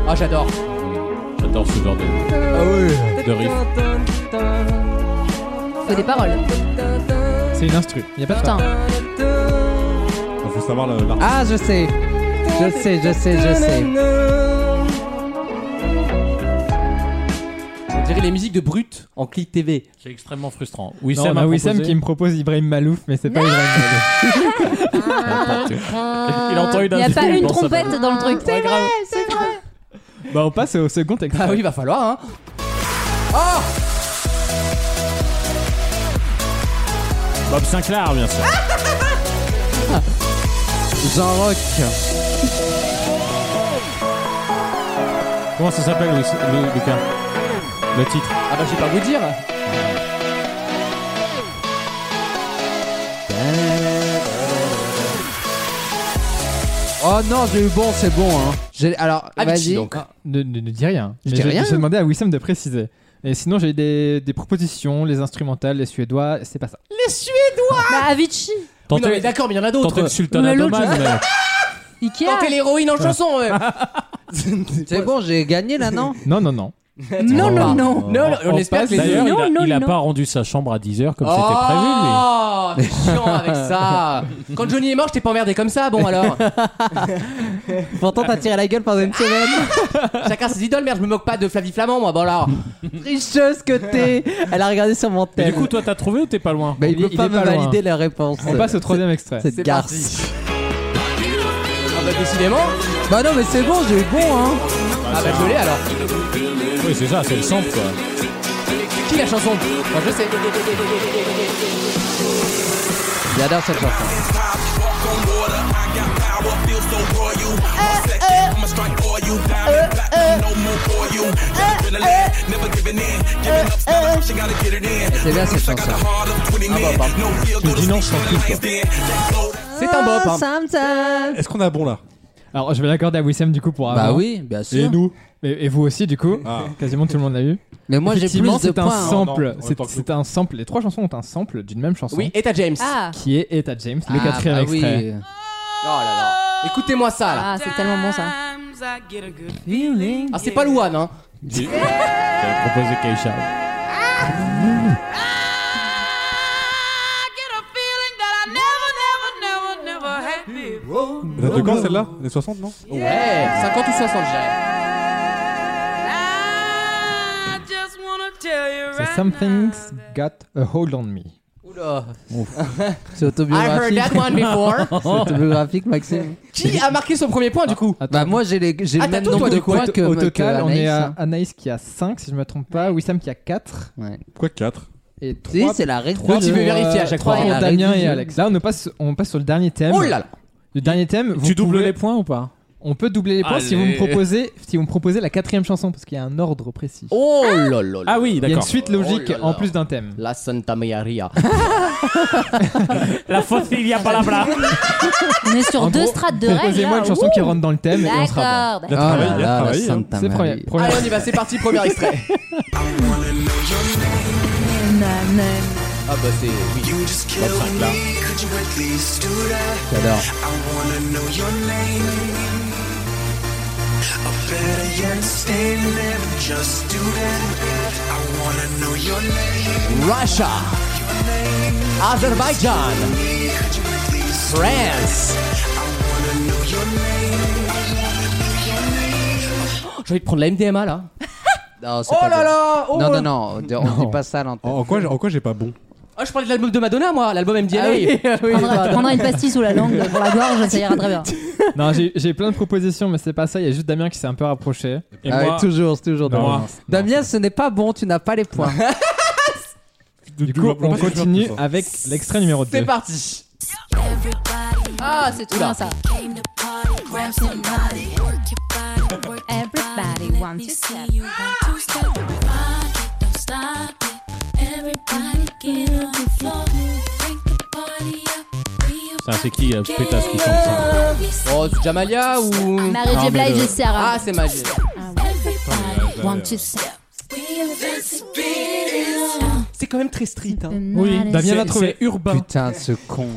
A: Ah, j'adore.
E: J'adore ce genre de,
B: Ah
E: de riff.
C: Faut des paroles.
D: C'est une instru. Il y a pas de
C: Putain.
B: Faut savoir la- la-
F: Ah, je sais. Je sais, je sais, je sais.
A: On dirait les musiques de Brut en clic TV.
E: C'est extrêmement frustrant.
D: Non,
E: Wissem
D: on
E: a
D: a Wissem
E: proposé-
D: qui me propose Ibrahim Malouf, mais c'est pas Ibrahim Malouf.
E: Il
D: Eh
E: entend une
C: Il
D: ben,
C: n'y a
E: instru,
C: pas
E: il
C: une
E: pense à-
C: trompette dans le truc. C'est vrai.
D: Bah, on passe au second extrait.
A: Ah oui, va falloir, hein.
E: Bob Sinclair, bien sûr.
F: Jean Rock.
E: Comment ça s'appelle, Wiss- Lu- Lucas Le titre.
A: Ah bah, je sais pas vous dire.
F: Oh non, j'ai eu bon, c'est bon. Hein. J'ai- Alors,
D: Ah,
A: Avicii,
F: vas-y. Ah.
A: donc.
D: Ne, ne- ne dis rien.
F: Je
D: Mais
F: dis rien.
D: Je demandais à Wissem de préciser. Et sinon, j'ai eu des, des propositions, les instrumentales, les suédois, c'est pas ça.
C: Bah, Avicii.
A: Oui, non, mais
E: Tentez
A: d'accord, mais il y en a d'autres.
E: tentez le sultanat
C: Mais l'autre,
E: d'Oman. mais-
C: Ikea.
A: Tentez l'héroïne en chanson. ouais.
F: C'est bon, j'ai gagné là, non
D: Non, non, non.
C: Non, non, non.
A: Non, non, on,
E: On
A: espère
E: passe.
A: que les
E: D'ailleurs, il a-
C: Non, non,
E: il a
C: non.
E: pas rendu sa chambre à 10h comme c'était prévu, lui.
A: Oh, t'es chiant avec ça. Quand Johnny est mort, je t'ai pas emmerdé comme ça. Bon alors,
F: Pourtant, t'as tiré la gueule pendant
D: Ah.
F: une semaine.
A: chacun ses idoles. Merde, je me moque pas de Flavie Flamand, moi. Bon alors,
F: Tricheuse que t'es. Elle a regardé sur mon
E: Et
F: thème.
E: du coup, toi, t'as trouvé ou t'es pas loin
F: bah, il
D: il
F: peut
D: est- il
F: pas
D: est
F: me
D: pas loin.
F: valider la réponse.
D: On passe au troisième extrait.
F: Cette
A: c'est
F: garce.
A: parti. Ah bah décidément.
F: Bah non, mais c'est bon, j'ai eu bon, hein.
A: Ah bah je l'ai alors.
E: Oui, c'est ça, c'est le sample, quoi.
A: Qui la chanson Moi je sais.
F: J'adore cette chanson. C'est bien cette chanson.
E: Je dis non, je s'en fiche, quoi.
A: C'est un
C: Oh,
A: bop. hein.
C: Sometimes.
B: Est-ce qu'on a bon là
D: Alors, je vais l'accorder à Wissem du coup pour
F: Bah
D: avant.
F: oui, bien
B: Et
F: sûr.
B: nous
D: Et, et vous aussi, du coup.
B: Ah.
D: Quasiment tout le monde l'a eu.
F: Mais moi j'ai plus
D: Effectivement,
F: de
D: c'est un
F: points. hein.
D: sample.
B: Non, on est
D: C'est-
B: pas
D: C'est un sample. Les trois chansons ont un sample d'une même chanson.
A: Oui, et t'as James.
C: Ah.
D: Qui est Eta James, le
F: Ah,
D: quatrième
F: bah
D: extrait.
F: oui.
A: Oh là là. Écoutez-moi ça là.
C: Ah, c'est tellement bon ça.
A: Ah c'est pas Louane hein.
E: J'avais proposé Keisha.
B: Elle date de quand celle-là Les 60 non
A: Ouais. 50 ou 60 je dirais.
D: C'est Something's Got a Hold on Me.
A: Oula.
F: C'est
A: I heard
F: autobiographique.
A: that one before.
F: C'est autobiographique, Maxime.
A: Qui a marqué son premier point du coup
D: Attends.
F: Bah moi j'ai les- j'ai
A: Ah,
F: le
A: t'as
F: même
A: tout, toi,
F: nombre de
A: du coup.
F: points
D: Au-
F: que
D: au
F: que
D: total, on est
F: Anaïs,
D: à
F: hein.
D: Anaïs qui a 5, si je me trompe pas, Wissam qui a 4,
F: Ouais.
B: Quoi 4
D: et
F: Si,
D: 3
F: c'est la règle.
A: Donc
F: de-
A: il veut vérifier à chaque
F: trois
A: fois.
F: pour
D: pour
F: Oh, la
D: Damien et
F: révision.
D: Alex. Là, on passe, on passe sur le dernier thème.
A: Oh là là.
D: Le dernier thème, vous
E: Tu doubles
D: pouvez-
E: les points ou pas
D: On peut doubler les points si vous me
E: Allez.
D: proposez, si vous me proposez la quatrième chanson, parce qu'il y a un ordre précis.
A: Oh là là.
E: Ah oui,
D: Il y a une
E: d'accord.
D: suite logique
A: Oh là là.
D: en plus d'un thème.
A: La Santa Maria.
E: La faute, il y a pas la blague.
C: On est sur
D: En
C: deux
D: gros,
C: strates de règles.
D: Proposez-moi
A: Ah,
C: là.
D: une chanson qui rentre dans le thème et on sera
C: D'accord. Ah.
B: Il a
F: Oh là
B: travaillé, il a
F: là, la
B: travaillé. hein.
F: Santa
D: bon. C'est premier.
F: Maria.
D: premier.
A: Allez on y va, c'est parti, premier extrait. Ah bah c'est. Oui.
F: J'adore.
A: Russia. Azerbaïdjan. France. J'ai envie de prendre la MDMA là.
F: Non, c'est
A: Oh
F: pas
A: là
F: bien.
A: là, oh
F: Non,
A: là-
F: non, non, on dit- on dit pas ça à l'antenne.
A: Oh,
B: En quoi, en quoi j'ai pas bon
A: Ah, je parlais de l'album de Madonna moi, l'album MDMA.
C: Ah oui,
A: Ah oui,
C: Prendra-
A: pardon.
C: prendra une pastille sous la langue pour la gorge, ça ira très bien.
D: Non, j'ai j'ai plein de propositions, mais c'est pas ça. Il y a juste Damien qui s'est un peu rapproché.
B: Et
F: Ah
B: moi-
F: oui, toujours, c'est toujours
D: Non,
F: Damien.
D: non,
F: Damien, ce n'est pas bon, tu n'as pas les points.
D: Du coup, on continue avec l'extrait numéro 2.
A: C'est parti.
C: Ah, c'est trop bien ça. Everybody wants to step.
E: Ça, c'est qui, euh, pétasse qui chante ça
A: Oh, c'est Jamalia ou
D: Ah,
C: Mary
E: Non,
C: J.
E: mais
C: Blige
E: le-
C: et Sarah.
A: Ah, c'est magique.
C: Want to step.
A: C'est quand même très street hein.
D: Oui, Damien l'a
L: C'est-
D: trouvé.
L: C'est urbain.
F: Putain, ce con.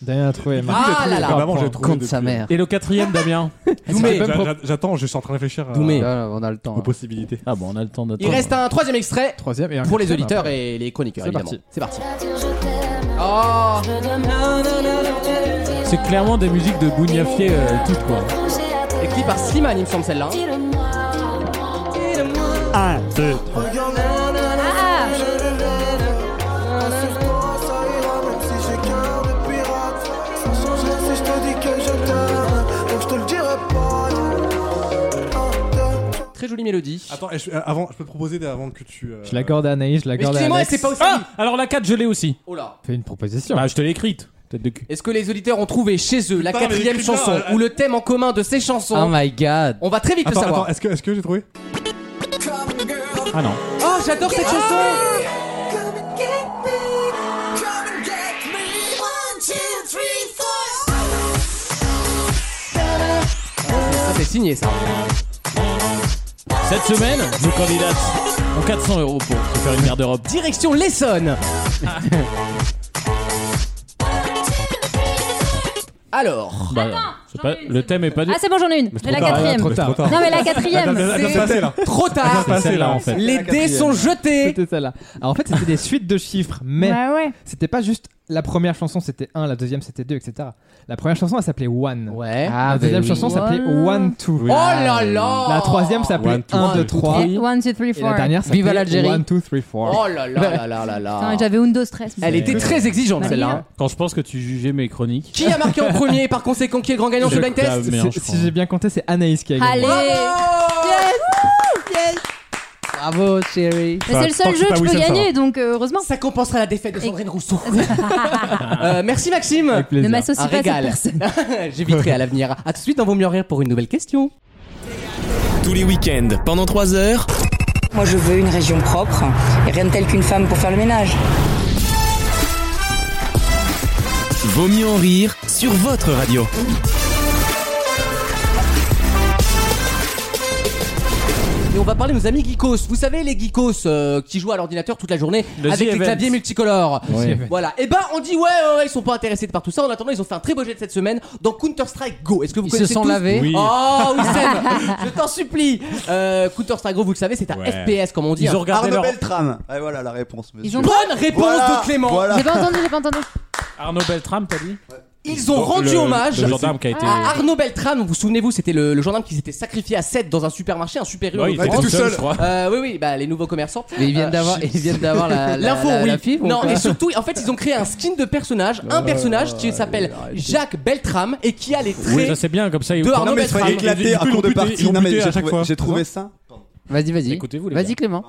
D: Damien l'a trouvé. Marc.
A: Ah là là.
B: Vraiment, j'ai trouvé
F: Con de
B: depuis.
F: sa mère.
L: Et le quatrième, Damien
A: Ah, Doumé.
B: J'a- j'a- J'attends, je suis en train de réfléchir à-
A: Doumé.
F: Là, Ah, on a le temps. hein.
B: aux possibilités.
E: Ah bon, on a le temps
A: Il
E: d'attendre.
A: reste un troisième extrait
D: Troisième et un
A: pour les
D: quatrième
A: auditeurs
D: après.
A: et les chroniqueurs
D: C'est
A: évidemment.
D: parti.
A: C'est parti. Oh,
L: C'est clairement des musiques de Bougnafier euh, toutes, quoi.
A: écrit par Slimane il me semble celle-là. hein.
C: Ah,
A: Très jolie mélodie.
B: Attends, eh, je- euh, avant, je peux te proposer de- avant que tu. euh,
D: Je l'accorde à Anaïs, je l'accorde à
A: Excusez-moi,
D: Alex.
A: c'est pas aussi.
L: Ah Alors la 4, je l'ai aussi.
A: Oh là.
D: Fais une proposition.
L: Bah, je te l'ai écrite. Tête de cul.
A: Est-ce que les auditeurs ont trouvé chez eux la
B: Putain, mais
A: quatrième
B: écris-la,
A: chanson
B: euh,
A: ou le thème en commun de ces chansons
F: Oh my god.
A: On va très vite
B: Attends,
A: le
B: attends,
A: savoir.
B: est-ce que, est-ce que j'ai trouvé
L: Ah non.
A: Oh, j'adore cette chanson Ça, c'est signé ça.
E: Cette semaine, nos candidates ont 400 euros pour se faire une merde d'Europe.
A: Direction l'Essonne Alors,
E: Bah, c'est
C: j'en
E: pas-
C: ai une,
E: le
C: c'est
E: thème est pas du
C: ah c'est bon, j'en ai une. J'ai la
B: tard,
C: quatrième.
B: trop tard.
C: Non, mais la quatrième.
B: Attends,
A: c'est-
B: passez, là.
A: trop tard
B: Attends, passez,
E: celle-là,
B: là.
E: en fait.
A: Les dés sont jetés
D: C'était celle-là. Alors en fait, c'était des suites de chiffres, mais
C: Ouais, ouais.
D: c'était pas juste la première chanson, c'était 1, la deuxième c'était 2, etc. La première chanson, elle s'appelait One.
A: Ouais.
D: la
F: Ah,
D: deuxième
F: bah oui.
D: chanson s'appelait One Two.
A: Oh là là
D: La troisième
B: One,
D: s'appelait
B: two,
D: 1, 2,
B: three.
D: 3.
C: Et One, two, three,
D: Et
C: four.
D: la dernière s'appelait
F: Vive l'Algérie.
D: 1, 2, 3, 4.
A: Oh là là là là là là
C: Putain, J'avais une dose stress. mais-
A: Elle était très exigeante
C: Bah,
A: celle-là.
C: bien.
A: hein.
E: Quand je pense que tu jugeais mes chroniques.
A: Qui a marqué en premier et par conséquent qui est grand gagnant
E: Je
A: sur le blind
E: crois-
A: test
E: Merde, je crois.
D: Si j'ai bien compté, c'est Anaïs qui a gagné.
C: Allez. Yes.
F: Bravo, chérie.
C: Mais c'est le
B: tant
C: seul
B: que c'est
C: jeu
B: pas
C: que je peux
B: Wilson, ça
C: gagner, donc euh, heureusement.
A: Ça compensera la défaite de Sandrine Rousseau. Euh, merci Maxime.
D: Avec
C: Ne
D: plaisir.
A: Un
C: m'associe pas à cette
A: régal.
C: personne.
A: J'éviterai à l'avenir. À tout de suite dans Vaut mieux en rire pour une nouvelle question.
H: Tous les week-ends, pendant 3 heures,
K: Moi, je veux une région propre et rien de tel qu'une femme pour faire le ménage.
H: Vaut mieux en rire sur votre radio.
A: Et on va parler de nos amis geekos. Vous savez les geekos euh, qui jouent à l'ordinateur toute la journée
L: Le
A: avec
L: The
A: les
L: Event.
A: claviers multicolores.
D: Ouais.
A: Voilà. Et ben on dit ouais, ouais, ouais, ils sont pas intéressés par tout ça. En attendant, ils ont fait un très beau jet cette semaine dans Counter Strike Go. Est-ce que vous
F: Ils se
A: connaissez
F: sont
A: tous
F: lavés.
L: Oui.
A: Oh, Wissem, je t'en supplie. Euh, Counter Strike Go, vous le savez, c'est un
L: Ouais.
A: FPS comme on dit.
L: Ils
A: hein.
L: ont regardé
G: Arnaud
L: leur...
G: Beltrame. Et voilà la réponse, monsieur.
C: Ils ont-
A: Bonne réponse
G: Voilà,
A: de Clément.
G: Voilà.
C: J'ai pas entendu, j'ai pas entendu.
L: Arnaud Beltram, t'as dit
A: Ils ont rendu
L: Le-
A: hommage. Ah.
L: Le gendarme qui a été...
A: à Arnaud Beltrame, vous vous souvenez-vous, c'était le, le gendarme qui s'était sacrifié à 7 dans un supermarché, un super héros.
L: Ouais, il était tout seul, je crois.
A: Euh, oui, oui, bah les nouveaux commerçants.
F: Mais ils viennent
A: Euh,
F: d'avoir, ils viennent d'avoir Euh, la, la-
A: L'info,
F: la-
A: oui.
F: la fibre ou
A: non,
F: quoi
A: et surtout, en fait, ils ont créé un skin de personnage, un personnage qui s'appelle Jacques Beltrame et qui a les
L: Oui, ça
A: traits.
L: c'est bien, comme ça, ils
A: De Arnaud
G: Non mais
A: Beltrame.
G: soyez éclaté
L: Du
G: à
L: coup, ils
G: cours
L: l'ont
G: de
L: buté- ils
G: partie.
L: l'ont
G: Non mais
L: buté à
G: j'ai
L: chaque fois.
G: trouvé- j'ai trouvé ça.
F: Vas-y, vas-y.
L: Écoutez-vous, les
F: Vas-y,
L: gars.
F: Clément.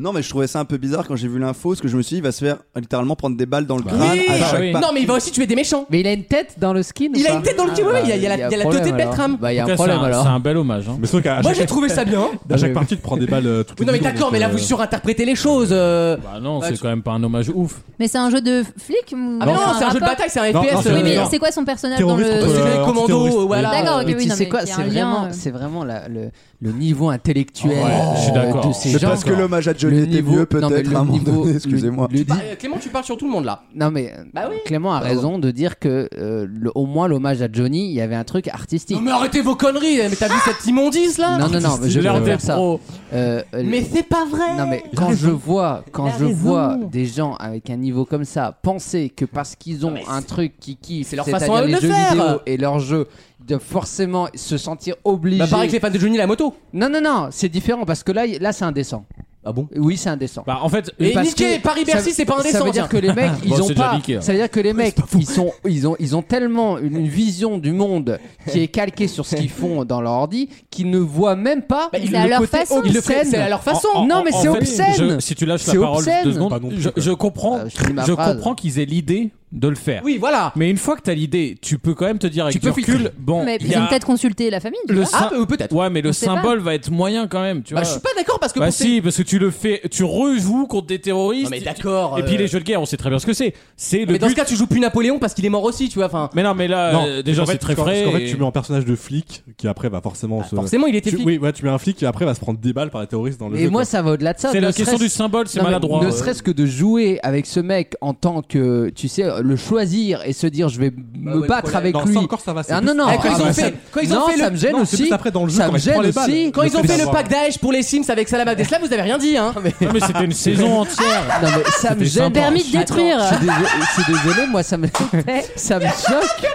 G: Non mais je trouvais ça un peu bizarre quand j'ai vu l'info, parce que je me suis dit il va se faire littéralement prendre des balles dans le crâne
A: Oui.
G: à
L: Bah
G: chaque
L: oui.
G: pas.
A: Non, mais il va aussi tuer des méchants.
F: Mais il a une tête dans le skin. ou
A: Il a
F: pas Ah bah,
A: une tête dans le skin, oui, oui, il y a- il y a la-
F: un
A: il y a la
F: problème,
A: tête de
F: alors.
A: Beltrame.
F: Bah, il y
L: En
F: a un
L: tout cas, c'est
F: problème
L: un- C'est
F: alors.
L: un bel hommage. hein.
B: Mais sauf
E: Ah,
B: qu'à
A: Moi, j'ai
B: chaque,
A: trouvé ça bien.
B: à chaque partie, tu prends des balles euh, toutes les
A: Oui, non, mais
B: secondes,
A: d'accord,
B: donc,
A: mais là,
B: euh,
A: vous surinterprétez les choses. euh.
E: Bah non,
A: Bah,
E: c'est
A: tu-
E: quand même pas un hommage ouf.
C: Mais c'est un jeu de flic
A: Ah, mais non, c'est un jeu de bataille, c'est un
B: Non, non,
A: FPS. euh.
B: c'est-
C: Oui, mais
B: Non.
C: c'est quoi son personnage dans
B: Terroriste
C: le.
B: contre-
A: les
B: Euh,
A: commandos,
B: antiterroriste.
A: voilà.
C: D'accord, ok,
F: Ah, Mais
C: oui,
F: tu
C: non,
F: sais
C: mais
F: quoi,
C: il y a
F: c'est
C: un lien,
F: vraiment,
C: euh.
F: c'est vraiment la- le, le niveau intellectuel
E: Ouais, je suis
F: euh,
E: d'accord.
F: de ces
E: C'est
F: gens.
G: Parce que l'hommage à je
F: le
G: l'étais
F: niveau-
G: mieux
F: non, mais
G: peut-être
F: le
G: à un moment
F: niveau-
G: donné,
F: le-
G: excusez-moi.
F: le-
A: Euh, Clément, tu parles sur tout le monde là.
F: Non mais
A: Bah oui.
F: Clément a raison de dire que euh, le- au moins l'hommage à Johnny, il y avait un truc artistique.
A: Non mais arrêtez vos conneries, mais t'as vu cette immondice là
F: non non, non, mais je vais
A: L'heure
F: pas
A: des
F: faire ça.
A: pros.
F: Euh, euh,
A: Mais c'est pas vrai.
F: non mais quand je vois quand
A: Il a
F: je
A: raison.
F: vois des gens avec un niveau comme ça penser que parce qu'ils ont un truc qui kiffent,
A: c'est leur
F: c'est-à-dire
A: façon à eux de
F: les
A: le
F: jeux
A: faire.
F: vidéo et leurs jeux, de forcément se sentir obligés.
A: Bah pareil que les fans de Johnny la moto.
F: Non non non, c'est différent parce que là y- là c'est indécent.
A: Ah bon
F: Oui, c'est indécent.
L: Bah, en fait,
A: Et
F: Parce
A: niquer
F: que
A: Paris-Bercy,
F: ça-
A: c'est pas indécent,
F: Ça veut
A: tiens.
F: dire que les mecs, ils
E: Bon,
F: ont
E: c'est
F: pas.
E: déjà niqué, hein.
F: Ça veut dire que les mecs, ils sont, ils ont, ils ont tellement une vision du monde qui est calquée sur ce qu'ils font dans leur ordi qu'ils ne voient même pas.
A: Bah, ils
F: le
A: le
F: côté
A: font- ils le font-
F: obscène.
A: c'est à leur façon.
F: En- en- non, mais
L: en
F: c'est
L: fait,
F: obscène.
L: je- si tu lâches la
F: C'est
L: parole
F: obscène.
L: deux secondes,
F: Pas non plus,
L: je,
F: quoi.
L: je comprends,
F: Ah,
A: Bah,
F: je finis ma
L: je
F: phrase.
L: comprends qu'ils aient l'idée de le faire.
A: Oui, voilà.
L: Mais une fois que t'as l'idée, tu peux quand même te dire avec
A: Tu
L: du
A: peux filtrer.
L: recul, bon,
C: Mais
L: il y
C: ils
L: a-
C: ont peut-être consulté la famille. tu
L: le
C: vois.
L: sym-
A: euh, peut-être.
L: Ouais, mais le
C: On sait pas.
L: symbole va être moyen quand même, tu
A: Bah je
L: vois.
A: suis pas d'accord parce que
L: Bah
A: quand c'est-
L: si, parce que tu le fais, tu rejoues contre des terroristes.
A: Non mais d'accord.
L: Et puis
A: euh,
L: les jeux de guerre, on sait très bien ce que c'est. C'est le
A: Mais dans ce
L: but.
A: cas, tu joues plus Napoléon parce qu'il est mort aussi, tu vois. Enfin,
L: Mais non, mais là,
B: Non,
L: euh, déjà
B: parce qu'en
L: c'est
B: fait,
L: très
B: parce qu'en-
L: frais.
B: Parce qu'en fait,
L: et-
B: tu mets un personnage de flic qui après va forcément se.
A: forcément, il était
B: Tu-
A: flic.
B: Oui, ouais, tu mets un flic qui après va se prendre des balles par les terroristes dans le
F: Et
B: jeu.
F: moi, ça va au-delà de ça.
L: C'est
F: ne
L: la question
F: serait-ce-
L: du symbole, c'est
F: Non, mais
L: maladroit.
F: Ne serait-ce que de jouer avec ce mec en tant que, tu sais, le choisir et se dire je vais me
A: Bah ouais,
F: battre
A: le
F: avec
B: Non,
F: lui.
B: ça encore, ça va. c'est
F: Ah
B: plus-
F: non, non,
A: Eh, quand
F: ah,
A: ils ont
F: bah,
A: fait-
F: ça-
A: quand ils ont
F: non,
A: fait le-
F: ça me gêne
B: Non, c'est
F: aussi.
B: plus après dans le jeu,
F: ça
B: quand
F: me
B: il prend
F: gêne
B: les balles.
F: aussi.
A: Quand ils ont
B: Mais
A: fait
B: c'est
A: le
B: pas
A: pack Daesh pour les Sims avec Salam Abdeslam, vous avez rien dit, hein
L: Non, mais c'était une saison entière.
F: Non, mais ça me
L: C'était
F: gêne.
L: sympa.
C: Permis de détruire.
F: Je suis désolé- je suis désolé, moi ça me ça me choque.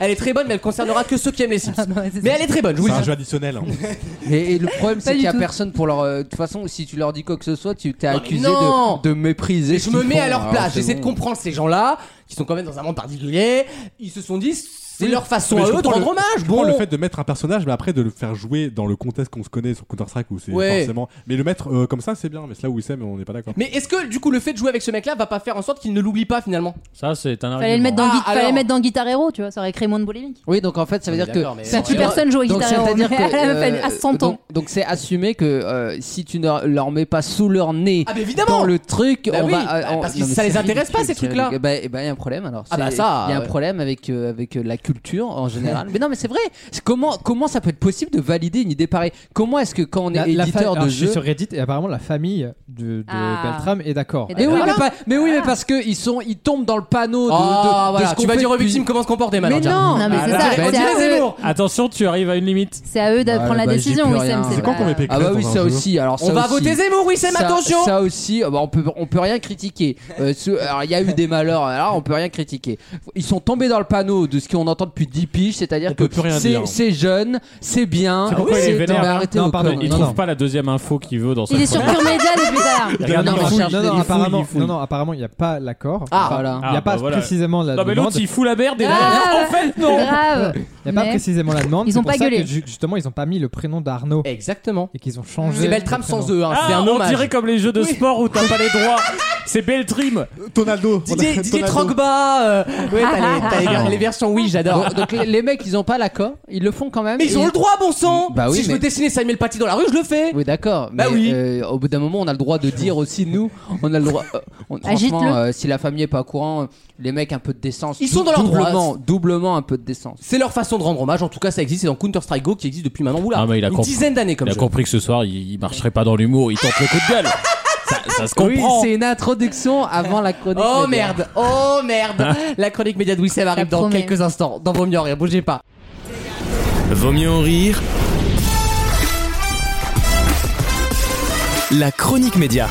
A: Elle est très bonne, mais elle concernera que ceux qui aiment les
F: Ah
A: Sims. Mais elle est très bonne, je vous
B: C'est
A: le dis.
B: un jeu additionnel. hein.
F: Et, et le problème
C: Pas
F: c'est qu'il
C: du
F: y a
C: tout.
F: personne pour leur. euh, De toute façon, si tu leur dis quoi que ce soit, tu t'es
A: mais
F: accusé
A: non
F: de, de mépriser.
A: Et je me
B: hein.
A: mets
B: Ah,
A: à
F: Ah,
A: leur place, j'essaie de comprendre ces gens-là, qui sont quand même dans un monde particulier, ils se sont dit, c'est
B: Oui.
A: leur façon
B: Mais
A: à
B: je
A: eux de
B: comprends
A: rendre
B: le-
A: hommage,
B: Je comprends
A: bon
B: le fait de mettre un personnage, mais après de le faire jouer dans le contexte qu'on se connaît sur Counter Strike où c'est
A: Ouais.
B: forcément. Mais le mettre euh, comme ça, c'est bien. Mais c'est là où il sait, mais on n'est pas d'accord.
A: Mais est-ce que du coup le fait de jouer avec ce mec-là va pas faire en sorte qu'il ne l'oublie pas finalement
L: Ça, c'est un
C: Fallait le mettre dans,
A: Ah,
C: Gui- fallait
A: alors.
C: le mettre dans Guitar Hero, tu vois, ça aurait créé moins de polémique.
F: Oui, donc en fait, ça veut
A: Mais
F: dire que.
A: d'accord, mais
F: ça-
A: bon,
C: Plus
A: alors-
C: personne joue à
F: Donc
C: Guitar Hero.
F: c'est-à-dire
C: mais
F: que
C: elle
F: euh,
C: a fallu- à 100 ans.
F: donc- Donc c'est assumer que euh, si tu ne leur mets pas sous leur nez
A: Ah, mais évidemment
F: dans le truc,
A: Bah
F: on
A: oui,
F: va euh,
A: bah
F: on-
A: parce que
F: non, mais
A: ça les
F: c'est
A: intéresse pas,
F: ridicule,
A: ces
F: c'est
A: truc-là.
F: ridicule. Bah eh ben, il y a un problème alors.
A: Ah, bah,
F: C'est-
A: ça,
F: Il y a un
A: ouais.
F: problème avec euh, avec euh, la culture en général. mais non, mais c'est vrai. C'est Comment comment ça peut être possible de valider une idée pareille Comment est-ce que quand on est
D: fa-
F: éditeur
D: alors,
F: de
D: je suis
F: jeu
D: sur Reddit et apparemment la famille de, de
C: Ah.
D: Beltram est d'accord.
C: Et
F: Mais Eh ben oui,
C: Voilà.
F: mais, pas- mais oui, mais parce que ils sont, ils tombent dans le panneau Oh, de, de-
A: Ah,
F: de
A: voilà,
F: ce qu'on
A: tu vas
F: fait
A: dire aux
F: depuis- Ah,
A: victimes comment se comporter
F: Mais
A: maintenant. tiens.
F: non,
C: Non, mais
F: Ah,
C: c'est
F: là,
C: ça,
F: là,
A: On
C: c'est
F: là,
C: à
A: dirait
C: eux,
A: Zemmour.
L: Ah, Attention, tu arrives à une limite.
C: c'est à eux de
F: Ouais,
C: prendre la
F: bah, j'ai
C: décision,
F: plus
C: Wissem,
F: rien.
C: c'est
F: C'est
B: quand qu'on
C: vrai.
B: met Pécresse
F: Ah bah oui,
B: dans un
F: ça
B: jeu
F: aussi. Alors ça
A: On va
F: aussi.
A: voter Zemmour, oui, c'est
F: Ça-
A: attention
F: Ça aussi, ah bah, on peut on peut rien critiquer. Euh, ce- alors il y a eu des malheurs, hein. alors on peut rien critiquer. Ils sont tombés dans le panneau de ce qu'on entend depuis 10 piges, c'est-à-dire
B: On
F: que
B: peut plus rien
F: c'est-
B: dire.
F: c'est jeune, c'est bien.
L: C'est pourquoi
F: oui,
L: il est
F: c'est-
L: vénère,
F: non, mais
L: hein.
F: arrêtez
D: Non,
F: vos
D: pardon,
F: conneries.
L: Il
D: Non,
L: trouve
D: non.
L: pas la deuxième info qu'il veut dans sa
C: Il est sur
L: première.
C: Pure Media depuis tout à l'heure.
L: Regarde,
D: Non,
L: il
D: non,
L: cherche,
D: non, non,
L: il est fou,
D: apparemment,
L: il est fou.
D: non, non, apparemment, il n'y a pas l'accord.
F: Ah,
D: Enfin,
F: voilà.
D: Il n'y a
L: Ah,
D: pas
L: bah, voilà.
D: précisément la
L: Non, mais
D: demande.
L: l'autre, il fout la merde. et
A: Ah,
L: là,
C: Grave.
F: Ah
L: En fait, non.
C: Grave.
D: Il n'y a pas
C: Mais-
D: précisément la demande.
C: Ils
D: c'est
C: ont
D: pour
C: pas
D: ça que
C: gueulé.
D: ju- Justement, ils n'ont pas mis le prénom d'Arnaud
A: Exactement.
D: et qu'ils ont changé.
A: C'est
D: le
A: Beltrame
D: prénom.
F: E,
A: sans eux, hein. c'est
L: Ah,
A: un
L: on
A: hommage.
L: dirait comme les jeux de sport où t'as pas les droits. C'est Beltrim.
B: Euh, Tonaldo.
A: Didier,
B: Tonaldo.
A: Didier Trogba, euh, Ah. ouais, t'as les, t'as les ver- les versions oui, j'adore.
F: Donc, donc, les, les mecs, ils ont pas l'accord, ils le font quand même.
A: Mais ils
F: Et-
A: ont le droit, bon sang
F: Bah oui,
A: Si je
F: mais-
A: veux dessiner Samuel Paty dans la rue, je le fais
F: Oui, d'accord.
A: Bah
F: mais
A: oui.
F: euh, au bout d'un moment, on a le droit de dire aussi nous. On a le droit. euh, on-
C: Agite-le.
F: franchement, euh, si la famille est pas au courant, euh, les mecs un peu de décence.
A: Ils sont dans leur droit.
F: doublement, doublement un peu de décence.
A: C'est leur façon de rendre hommage, en tout cas ça existe, c'est dans Counter-Strike Go qui existe depuis maintenant oula,
E: Ah, mais il a
A: une
E: compris.
A: dizaine d'années comme
E: Il a
A: jeu.
E: compris que ce soir, il, il marcherait pas dans l'humour, il tente le coup de gueule. Ça, ça se comprend.
F: Oui, c'est une introduction avant la chronique.
A: Oh
F: média.
A: merde, oh merde La chronique média de Wissem arrive dans
C: promet.
A: quelques instants, dans Vaut mieux en rire, bougez pas
H: Vaut mieux en rire. La chronique média.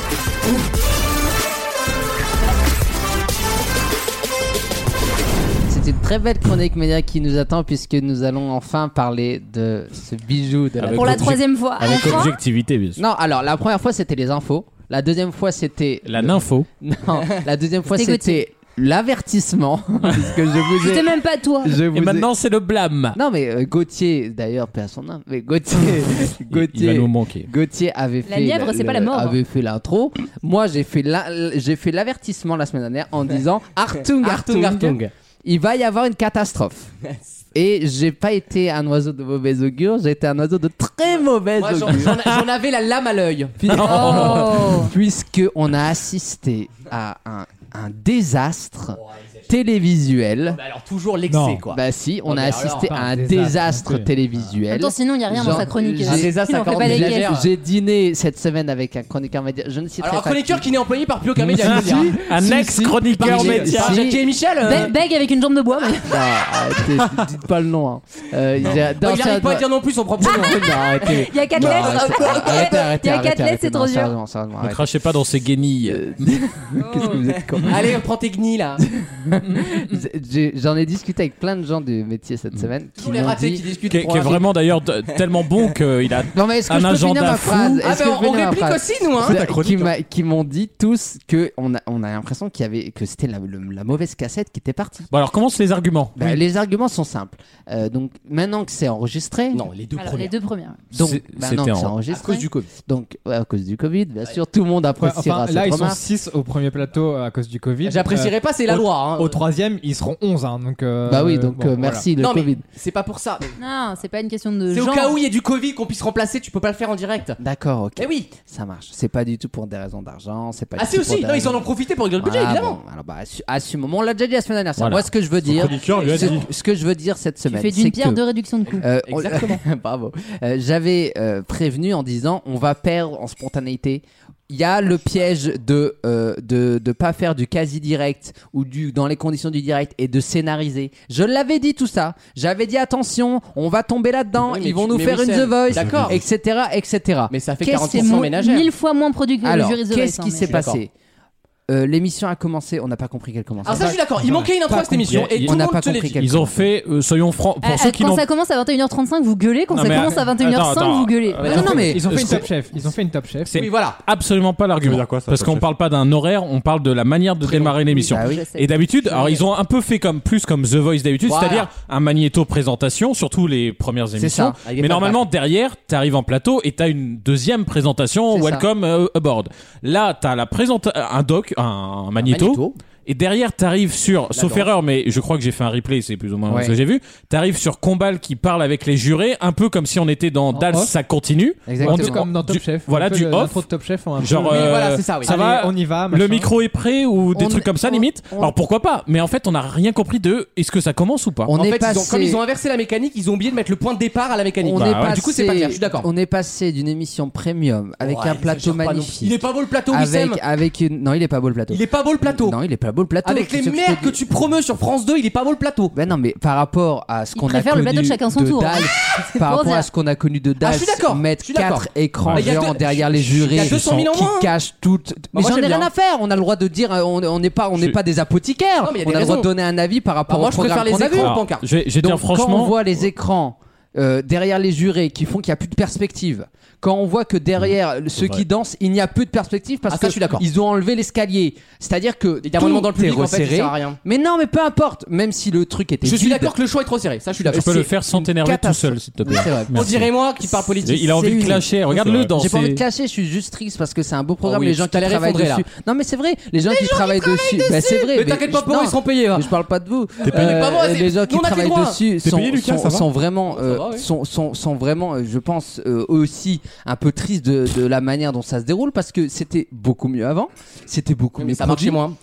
F: C'est une très belle chronique média qui nous attend puisque nous allons enfin parler de ce bijou de la.
C: Pour la troisième fois.
E: Avec
C: Enfin,
E: objectivité, bien sûr.
F: Non, alors la première fois c'était les infos. La deuxième fois c'était
E: La nympho.
F: Non, la deuxième fois
C: C'était
F: c'était l'avertissement parce que je vous ai.
C: C'était même pas toi.
F: je vous
E: Et
F: ai-
E: maintenant, c'est le blâme.
F: Non, mais euh, Gauthier, d'ailleurs, paix à son âme, mais Gauthier,
E: Il, il va
F: Gauthier,
E: nous manquer.
F: Gauthier avait
C: La
F: fait.
C: lièvre,
F: le-
C: c'est pas la
F: le-
C: mort.
F: Avait fait l'intro. Moi, j'ai fait la- l- j'ai fait l'avertissement la semaine dernière en disant Artung, Artung, il va y avoir une catastrophe. Et j'ai pas été un oiseau de mauvais augure, j'ai été un oiseau de très mauvais
A: Moi j'en-
F: augure. Oh,
A: j'en j'en avais la lame à l'œil
F: Puis-
C: Oh.
F: Puisque on a assisté à un, un désastre télévisuel.
A: Bah, alors toujours
F: Non.
A: l'excès quoi.
F: Bah si, on
A: Non,
F: a
A: mais
F: assisté
A: alors,
F: à un
A: enfin,
F: désastre
A: ok.
F: télévisuel.
C: Attends, sinon, il n'y a rien dans
F: Genre,
C: sa chronique.
F: j'ai-
C: Un désastre Sinon, on à fait pas 40 les
F: J'ai-
C: guerres.
F: J'ai dîné cette semaine avec un chroniqueur média. Je ne citerai
A: Alors un
F: pas
A: chroniqueur qui n'est employé par plus aucun
F: Si,
A: média.
F: si, Un si, ex-chroniqueur si, média. si.
A: Jackie et Michel. euh,
C: Be- Beg avec une jambe de bois. mais-
F: Non, arrêtez, dites pas le nom. hein. Euh,
A: Non.
F: j'ai-
A: Oh,
F: non,
A: il
F: c'est un-
A: n'arrive pas à dire non plus son propre nom.
F: Non, arrêtez.
C: Il y a quatre
F: Non,
C: lettres.
F: arrêtez,
C: Oh,
F: arrêtez,
C: Il y a
F: arrêtez,
C: quatre
F: arrêtez,
C: lettres,
F: arrêtez.
C: c'est trop
F: Non,
C: dur.
F: sérieusement, sérieusement,
E: Ne
F: arrêtez.
E: crachez pas dans ces guenilles.
F: Euh, Qu'est-ce que vous êtes con.
A: Allez, on prend tes gnis là.
F: J'ai- J'en ai discuté avec plein de gens du métier cette semaine. Qui
A: Tous les
F: m'ont
A: ratés
F: dit-
A: qui discutent.
E: Qui est,
A: pour
E: qui est
A: un-
E: vraiment d'ailleurs de- tellement bon qu'il a
F: Non, mais est-ce que
E: un
F: je peux finir
E: agenda
F: ma
E: fou.
F: phrase
A: Ah,
F: Est-ce
A: ben,
F: que je
A: on-
F: peux
A: on
F: finir ma
A: réplique
F: phrase
A: aussi, nous, hein. C'est ta chronique,
F: Qui m'a- Qui m'ont dit tous que on a, on a l'impression qu'il y avait que c'était la, le- la mauvaise cassette qui était partie.
E: Bon, alors commence les arguments.
F: Bah, Les arguments sont simples. Euh, donc maintenant que c'est enregistré,
A: Non, les deux
C: Alors,
A: premiers.
C: les deux premières.
F: donc
E: C'est-
F: maintenant
E: c'était
F: que c'est
E: en-
A: À
F: enregistré,
A: cause du Covid.
F: donc ouais, à cause du Covid, bien sûr, tout le monde
D: Ouais,
F: appréciera
D: enfin,
F: cette
D: là, ils sont
F: remarque.
D: 6 au premier plateau à cause du Covid.
A: J'apprécierais pas, c'est la
D: au-
A: loi. hein.
D: Euh, au troisième, ils seront 11. Hein, donc, euh,
F: Bah oui, donc
D: bon,
F: euh,
D: voilà.
F: merci le
A: Non, mais-
F: Covid.
A: C'est pas pour ça.
C: Non, c'est pas une question de
A: C'est au
C: genre.
A: cas où il y a du Covid qu'on puisse remplacer, tu peux pas le faire en direct.
F: D'accord, ok,
A: Eh oui.
F: ça marche. C'est pas du tout pour des raisons d'argent, c'est pas.
A: Ah
F: du
A: si
F: tout pour
A: aussi.
F: des
A: Non, ils
F: raisons-
A: en ont profité pour le budget
F: Ah,
A: évidemment.
F: bon, alors bah, assu- assumons. On l'a déjà dit la semaine dernière. ça.
E: Voilà.
F: Moi, ce que je veux dire,
B: chroniqueur lui a
F: ce,
B: dit.
F: ce que je veux dire cette
C: Tu
F: semaine,
C: fais
F: c'est
C: d'une pierre
F: que-
C: deux réduction de coût.
F: Euh, on-
A: Exactement.
F: Bravo. Euh, J'avais euh, prévenu en disant on va perdre en spontanéité. Il y a le piège de euh, de de pas faire du quasi direct ou du dans les conditions du direct et de scénariser. Je l'avais dit tout ça. J'avais dit attention, on va tomber là-dedans.
A: Oui, mais
F: ils vont
A: tu-
F: nous
A: mais
F: faire
A: oui,
F: une
A: c'est-
F: The Voice,
A: D'accord.
F: etc., etc.
A: Mais ça fait
F: Qu'est-ce
C: C'est
A: 40%
C: mo-
A: ménagère.
C: mille fois moins produit que
F: Alors,
C: le jury The
F: qu'est-ce
C: Voice,
F: qui
C: hein,
F: s'est
C: mais-
F: passé Euh, L'émission a commencé. On n'a pas compris qu'elle commençait.
A: Alors Ah, ça, je suis d'accord. Il manquait une intro à cette émission et
E: Il-
A: tout
F: on
A: le
F: n'a
A: monde
F: pas
A: te l'a
F: compris
A: dit.
F: qu'elle.
E: Ils ont fait, euh, soyons francs, pour
C: Ah,
E: ceux
C: ah,
E: qui
C: quand
E: n'ont.
C: ça commence à 21h35, vous gueulez. Quand
E: Non,
C: ça
E: mais-
C: commence à
E: attends,
C: 21h05,
E: attends.
C: vous gueulez.
E: Euh,
F: Non, non, mais
D: Ils ont fait une
E: Je-
D: top chef. Ils ont fait une top chef.
E: C'est
A: Oui, voilà.
E: absolument pas l'argument.
B: Ça veut dire quoi, ça,
E: Parce
B: top
E: qu'on
B: chef
E: parle pas d'un horaire, on parle de la manière de démarrer l'émission.
F: Ah oui.
C: Je sais.
E: Et d'habitude, alors ils ont un peu fait comme plus comme The Voice d'habitude,
A: Voilà.
E: c'est-à-dire un magnéto présentation, surtout les premières émissions.
F: ça.
A: Avec des
E: Mais
A: papas.
E: normalement, derrière, t'arrives en plateau et t'as une deuxième présentation,
F: C'est ça.
E: Welcome euh, Aboard. Là, t'as la présenta- un doc, un, un magnéto,
A: Magnéto.
E: Et derrière, t'arrives sur, sauf
A: danse.
E: erreur, mais je crois que j'ai fait un replay, c'est plus ou moins
F: Ouais.
E: ce que j'ai vu. T'arrives sur Combal qui parle avec les jurés, un peu comme si on était dans Dals,
D: off.
E: ça continue.
F: Exactement.
E: On-
D: Un peu comme dans Top
E: du-
D: Chef.
E: Voilà,
D: Un peu
E: du
D: le-
E: off.
D: l'intro de Top Chef. en un
E: Genre,
D: peu-
A: Oui,
E: euh,
A: voilà, c'est ça, oui.
E: ça
D: Allez,
E: va,
D: on y va.
E: le
D: Ah, machin.
E: micro est prêt ou des
F: On-
E: trucs comme ça
F: on-
E: limite.
F: on-
E: Alors pourquoi pas Mais en fait, on n'a rien compris de est-ce que ça commence ou pas.
F: On
A: en
F: est
A: fait, ils ont,
F: passé-
A: comme ils ont inversé la mécanique, ils ont oublié de mettre le point de départ à la mécanique.
F: On
E: Bah
F: est
E: ouais.
F: passé,
A: euh, Du coup, c'est pas clair, je suis d'accord.
F: On est passé d'une émission premium avec
A: Ouais,
F: un
A: ça
F: plateau
A: gère pas non plus.
F: magnifique.
A: Il est pas beau le plateau,
F: avec,
A: Wissem.
F: avec une... Non, il est pas beau le plateau.
A: Il est pas beau le plateau.
F: Non, il est pas beau le plateau.
A: Avec les mères que tu promeux sur France 2, il est pas beau le plateau.
F: Ben non, mais par rapport à ce
C: Il
F: qu'on a
C: préfère
F: connu
C: le plateau de chacun son tour.
F: Dals,
C: pour
F: par rapport
C: dire.
F: à ce qu'on a connu de
A: Ah,
F: Dals,
A: je suis d'accord,
F: mettre
A: je suis d'accord.
F: 4 écrans
A: Bah, il y a
F: géants
A: deux-
F: derrière les
A: il
F: jurés
A: y a 200 000 en
F: qui
A: moins, hein.
F: cachent toutes.
A: moi,
F: Mais j'en ai
A: j'aime
F: rien
A: bien.
F: à faire. On a le droit de dire, euh, on on n'est pas, on n'est
E: Je-
F: pas des apothicaires.
A: Non, mais il y a
F: on
A: des
F: a le droit de
A: raisons.
F: donner un avis par rapport
A: Bah, moi,
F: au
A: je préfère
F: programme
A: les
F: qu'on
A: avis
F: écoute.
A: aux
E: Alors,
A: pancartes.
E: je vais, je vais
F: Donc,
E: dire franchement.
F: quand on voit les écrans euh, derrière les jurés qui font qu'il n'y a plus de perspective, quand on voit que derrière ceux
E: vrai.
F: qui dansent, il n'y a plus de perspective parce
A: Ah, ça, je suis d'accord.
F: qu'ils ont enlevé l'escalier. C'est-à-dire que
A: Il y a vraiment dans le
F: tout est
A: public, en fait, ça
F: resserré.
A: sert à rien.
F: mais non, mais peu importe, même si le truc était
A: Je suis
F: vide,
A: d'accord que le choix est trop serré, ça je suis
E: Tu
A: d'accord.
E: peux le
F: c'est
E: faire sans
F: une
E: t'énerver tout
F: catastrophe.
E: seul, s'il te
F: Oui,
E: plaît.
F: c'est vrai.
A: On
E: Merci.
A: dirait moi qui parle politique.
E: Il a envie de
F: une-
E: clasher. Regarde-le dans
F: J'ai pas envie
E: ses-
F: de clasher, je suis juste triste parce que c'est un beau programme.
A: Ah oui,
F: les gens
A: t'as
F: qui
A: l'air
F: travaillent
A: effondré,
F: dessus. Non, mais c'est vrai, les gens qui travaillent dessus. Bah, c'est vrai.
A: Mais t'inquiète pas pour eux,
F: non,
A: ils seront payés. va.
F: mais je parle pas de vous. Euh,
A: payé. Mais Ah. pas moi, c'est-
F: les gens qui
A: nous, on a fait
F: travaillent
A: le droit.
F: dessus
B: T'es
F: sont,
B: payé, Lucas,
F: sont-
B: ça va
F: sont vraiment, euh,
A: va, oui.
F: sont, sont- sont vraiment, euh, je pense, euh, eux aussi un peu tristes de, de la manière dont ça se déroule parce que c'était beaucoup mieux avant. C'était beaucoup
A: Oui,
F: mieux.
A: Mais ça marche chez
F: produit.
A: moi.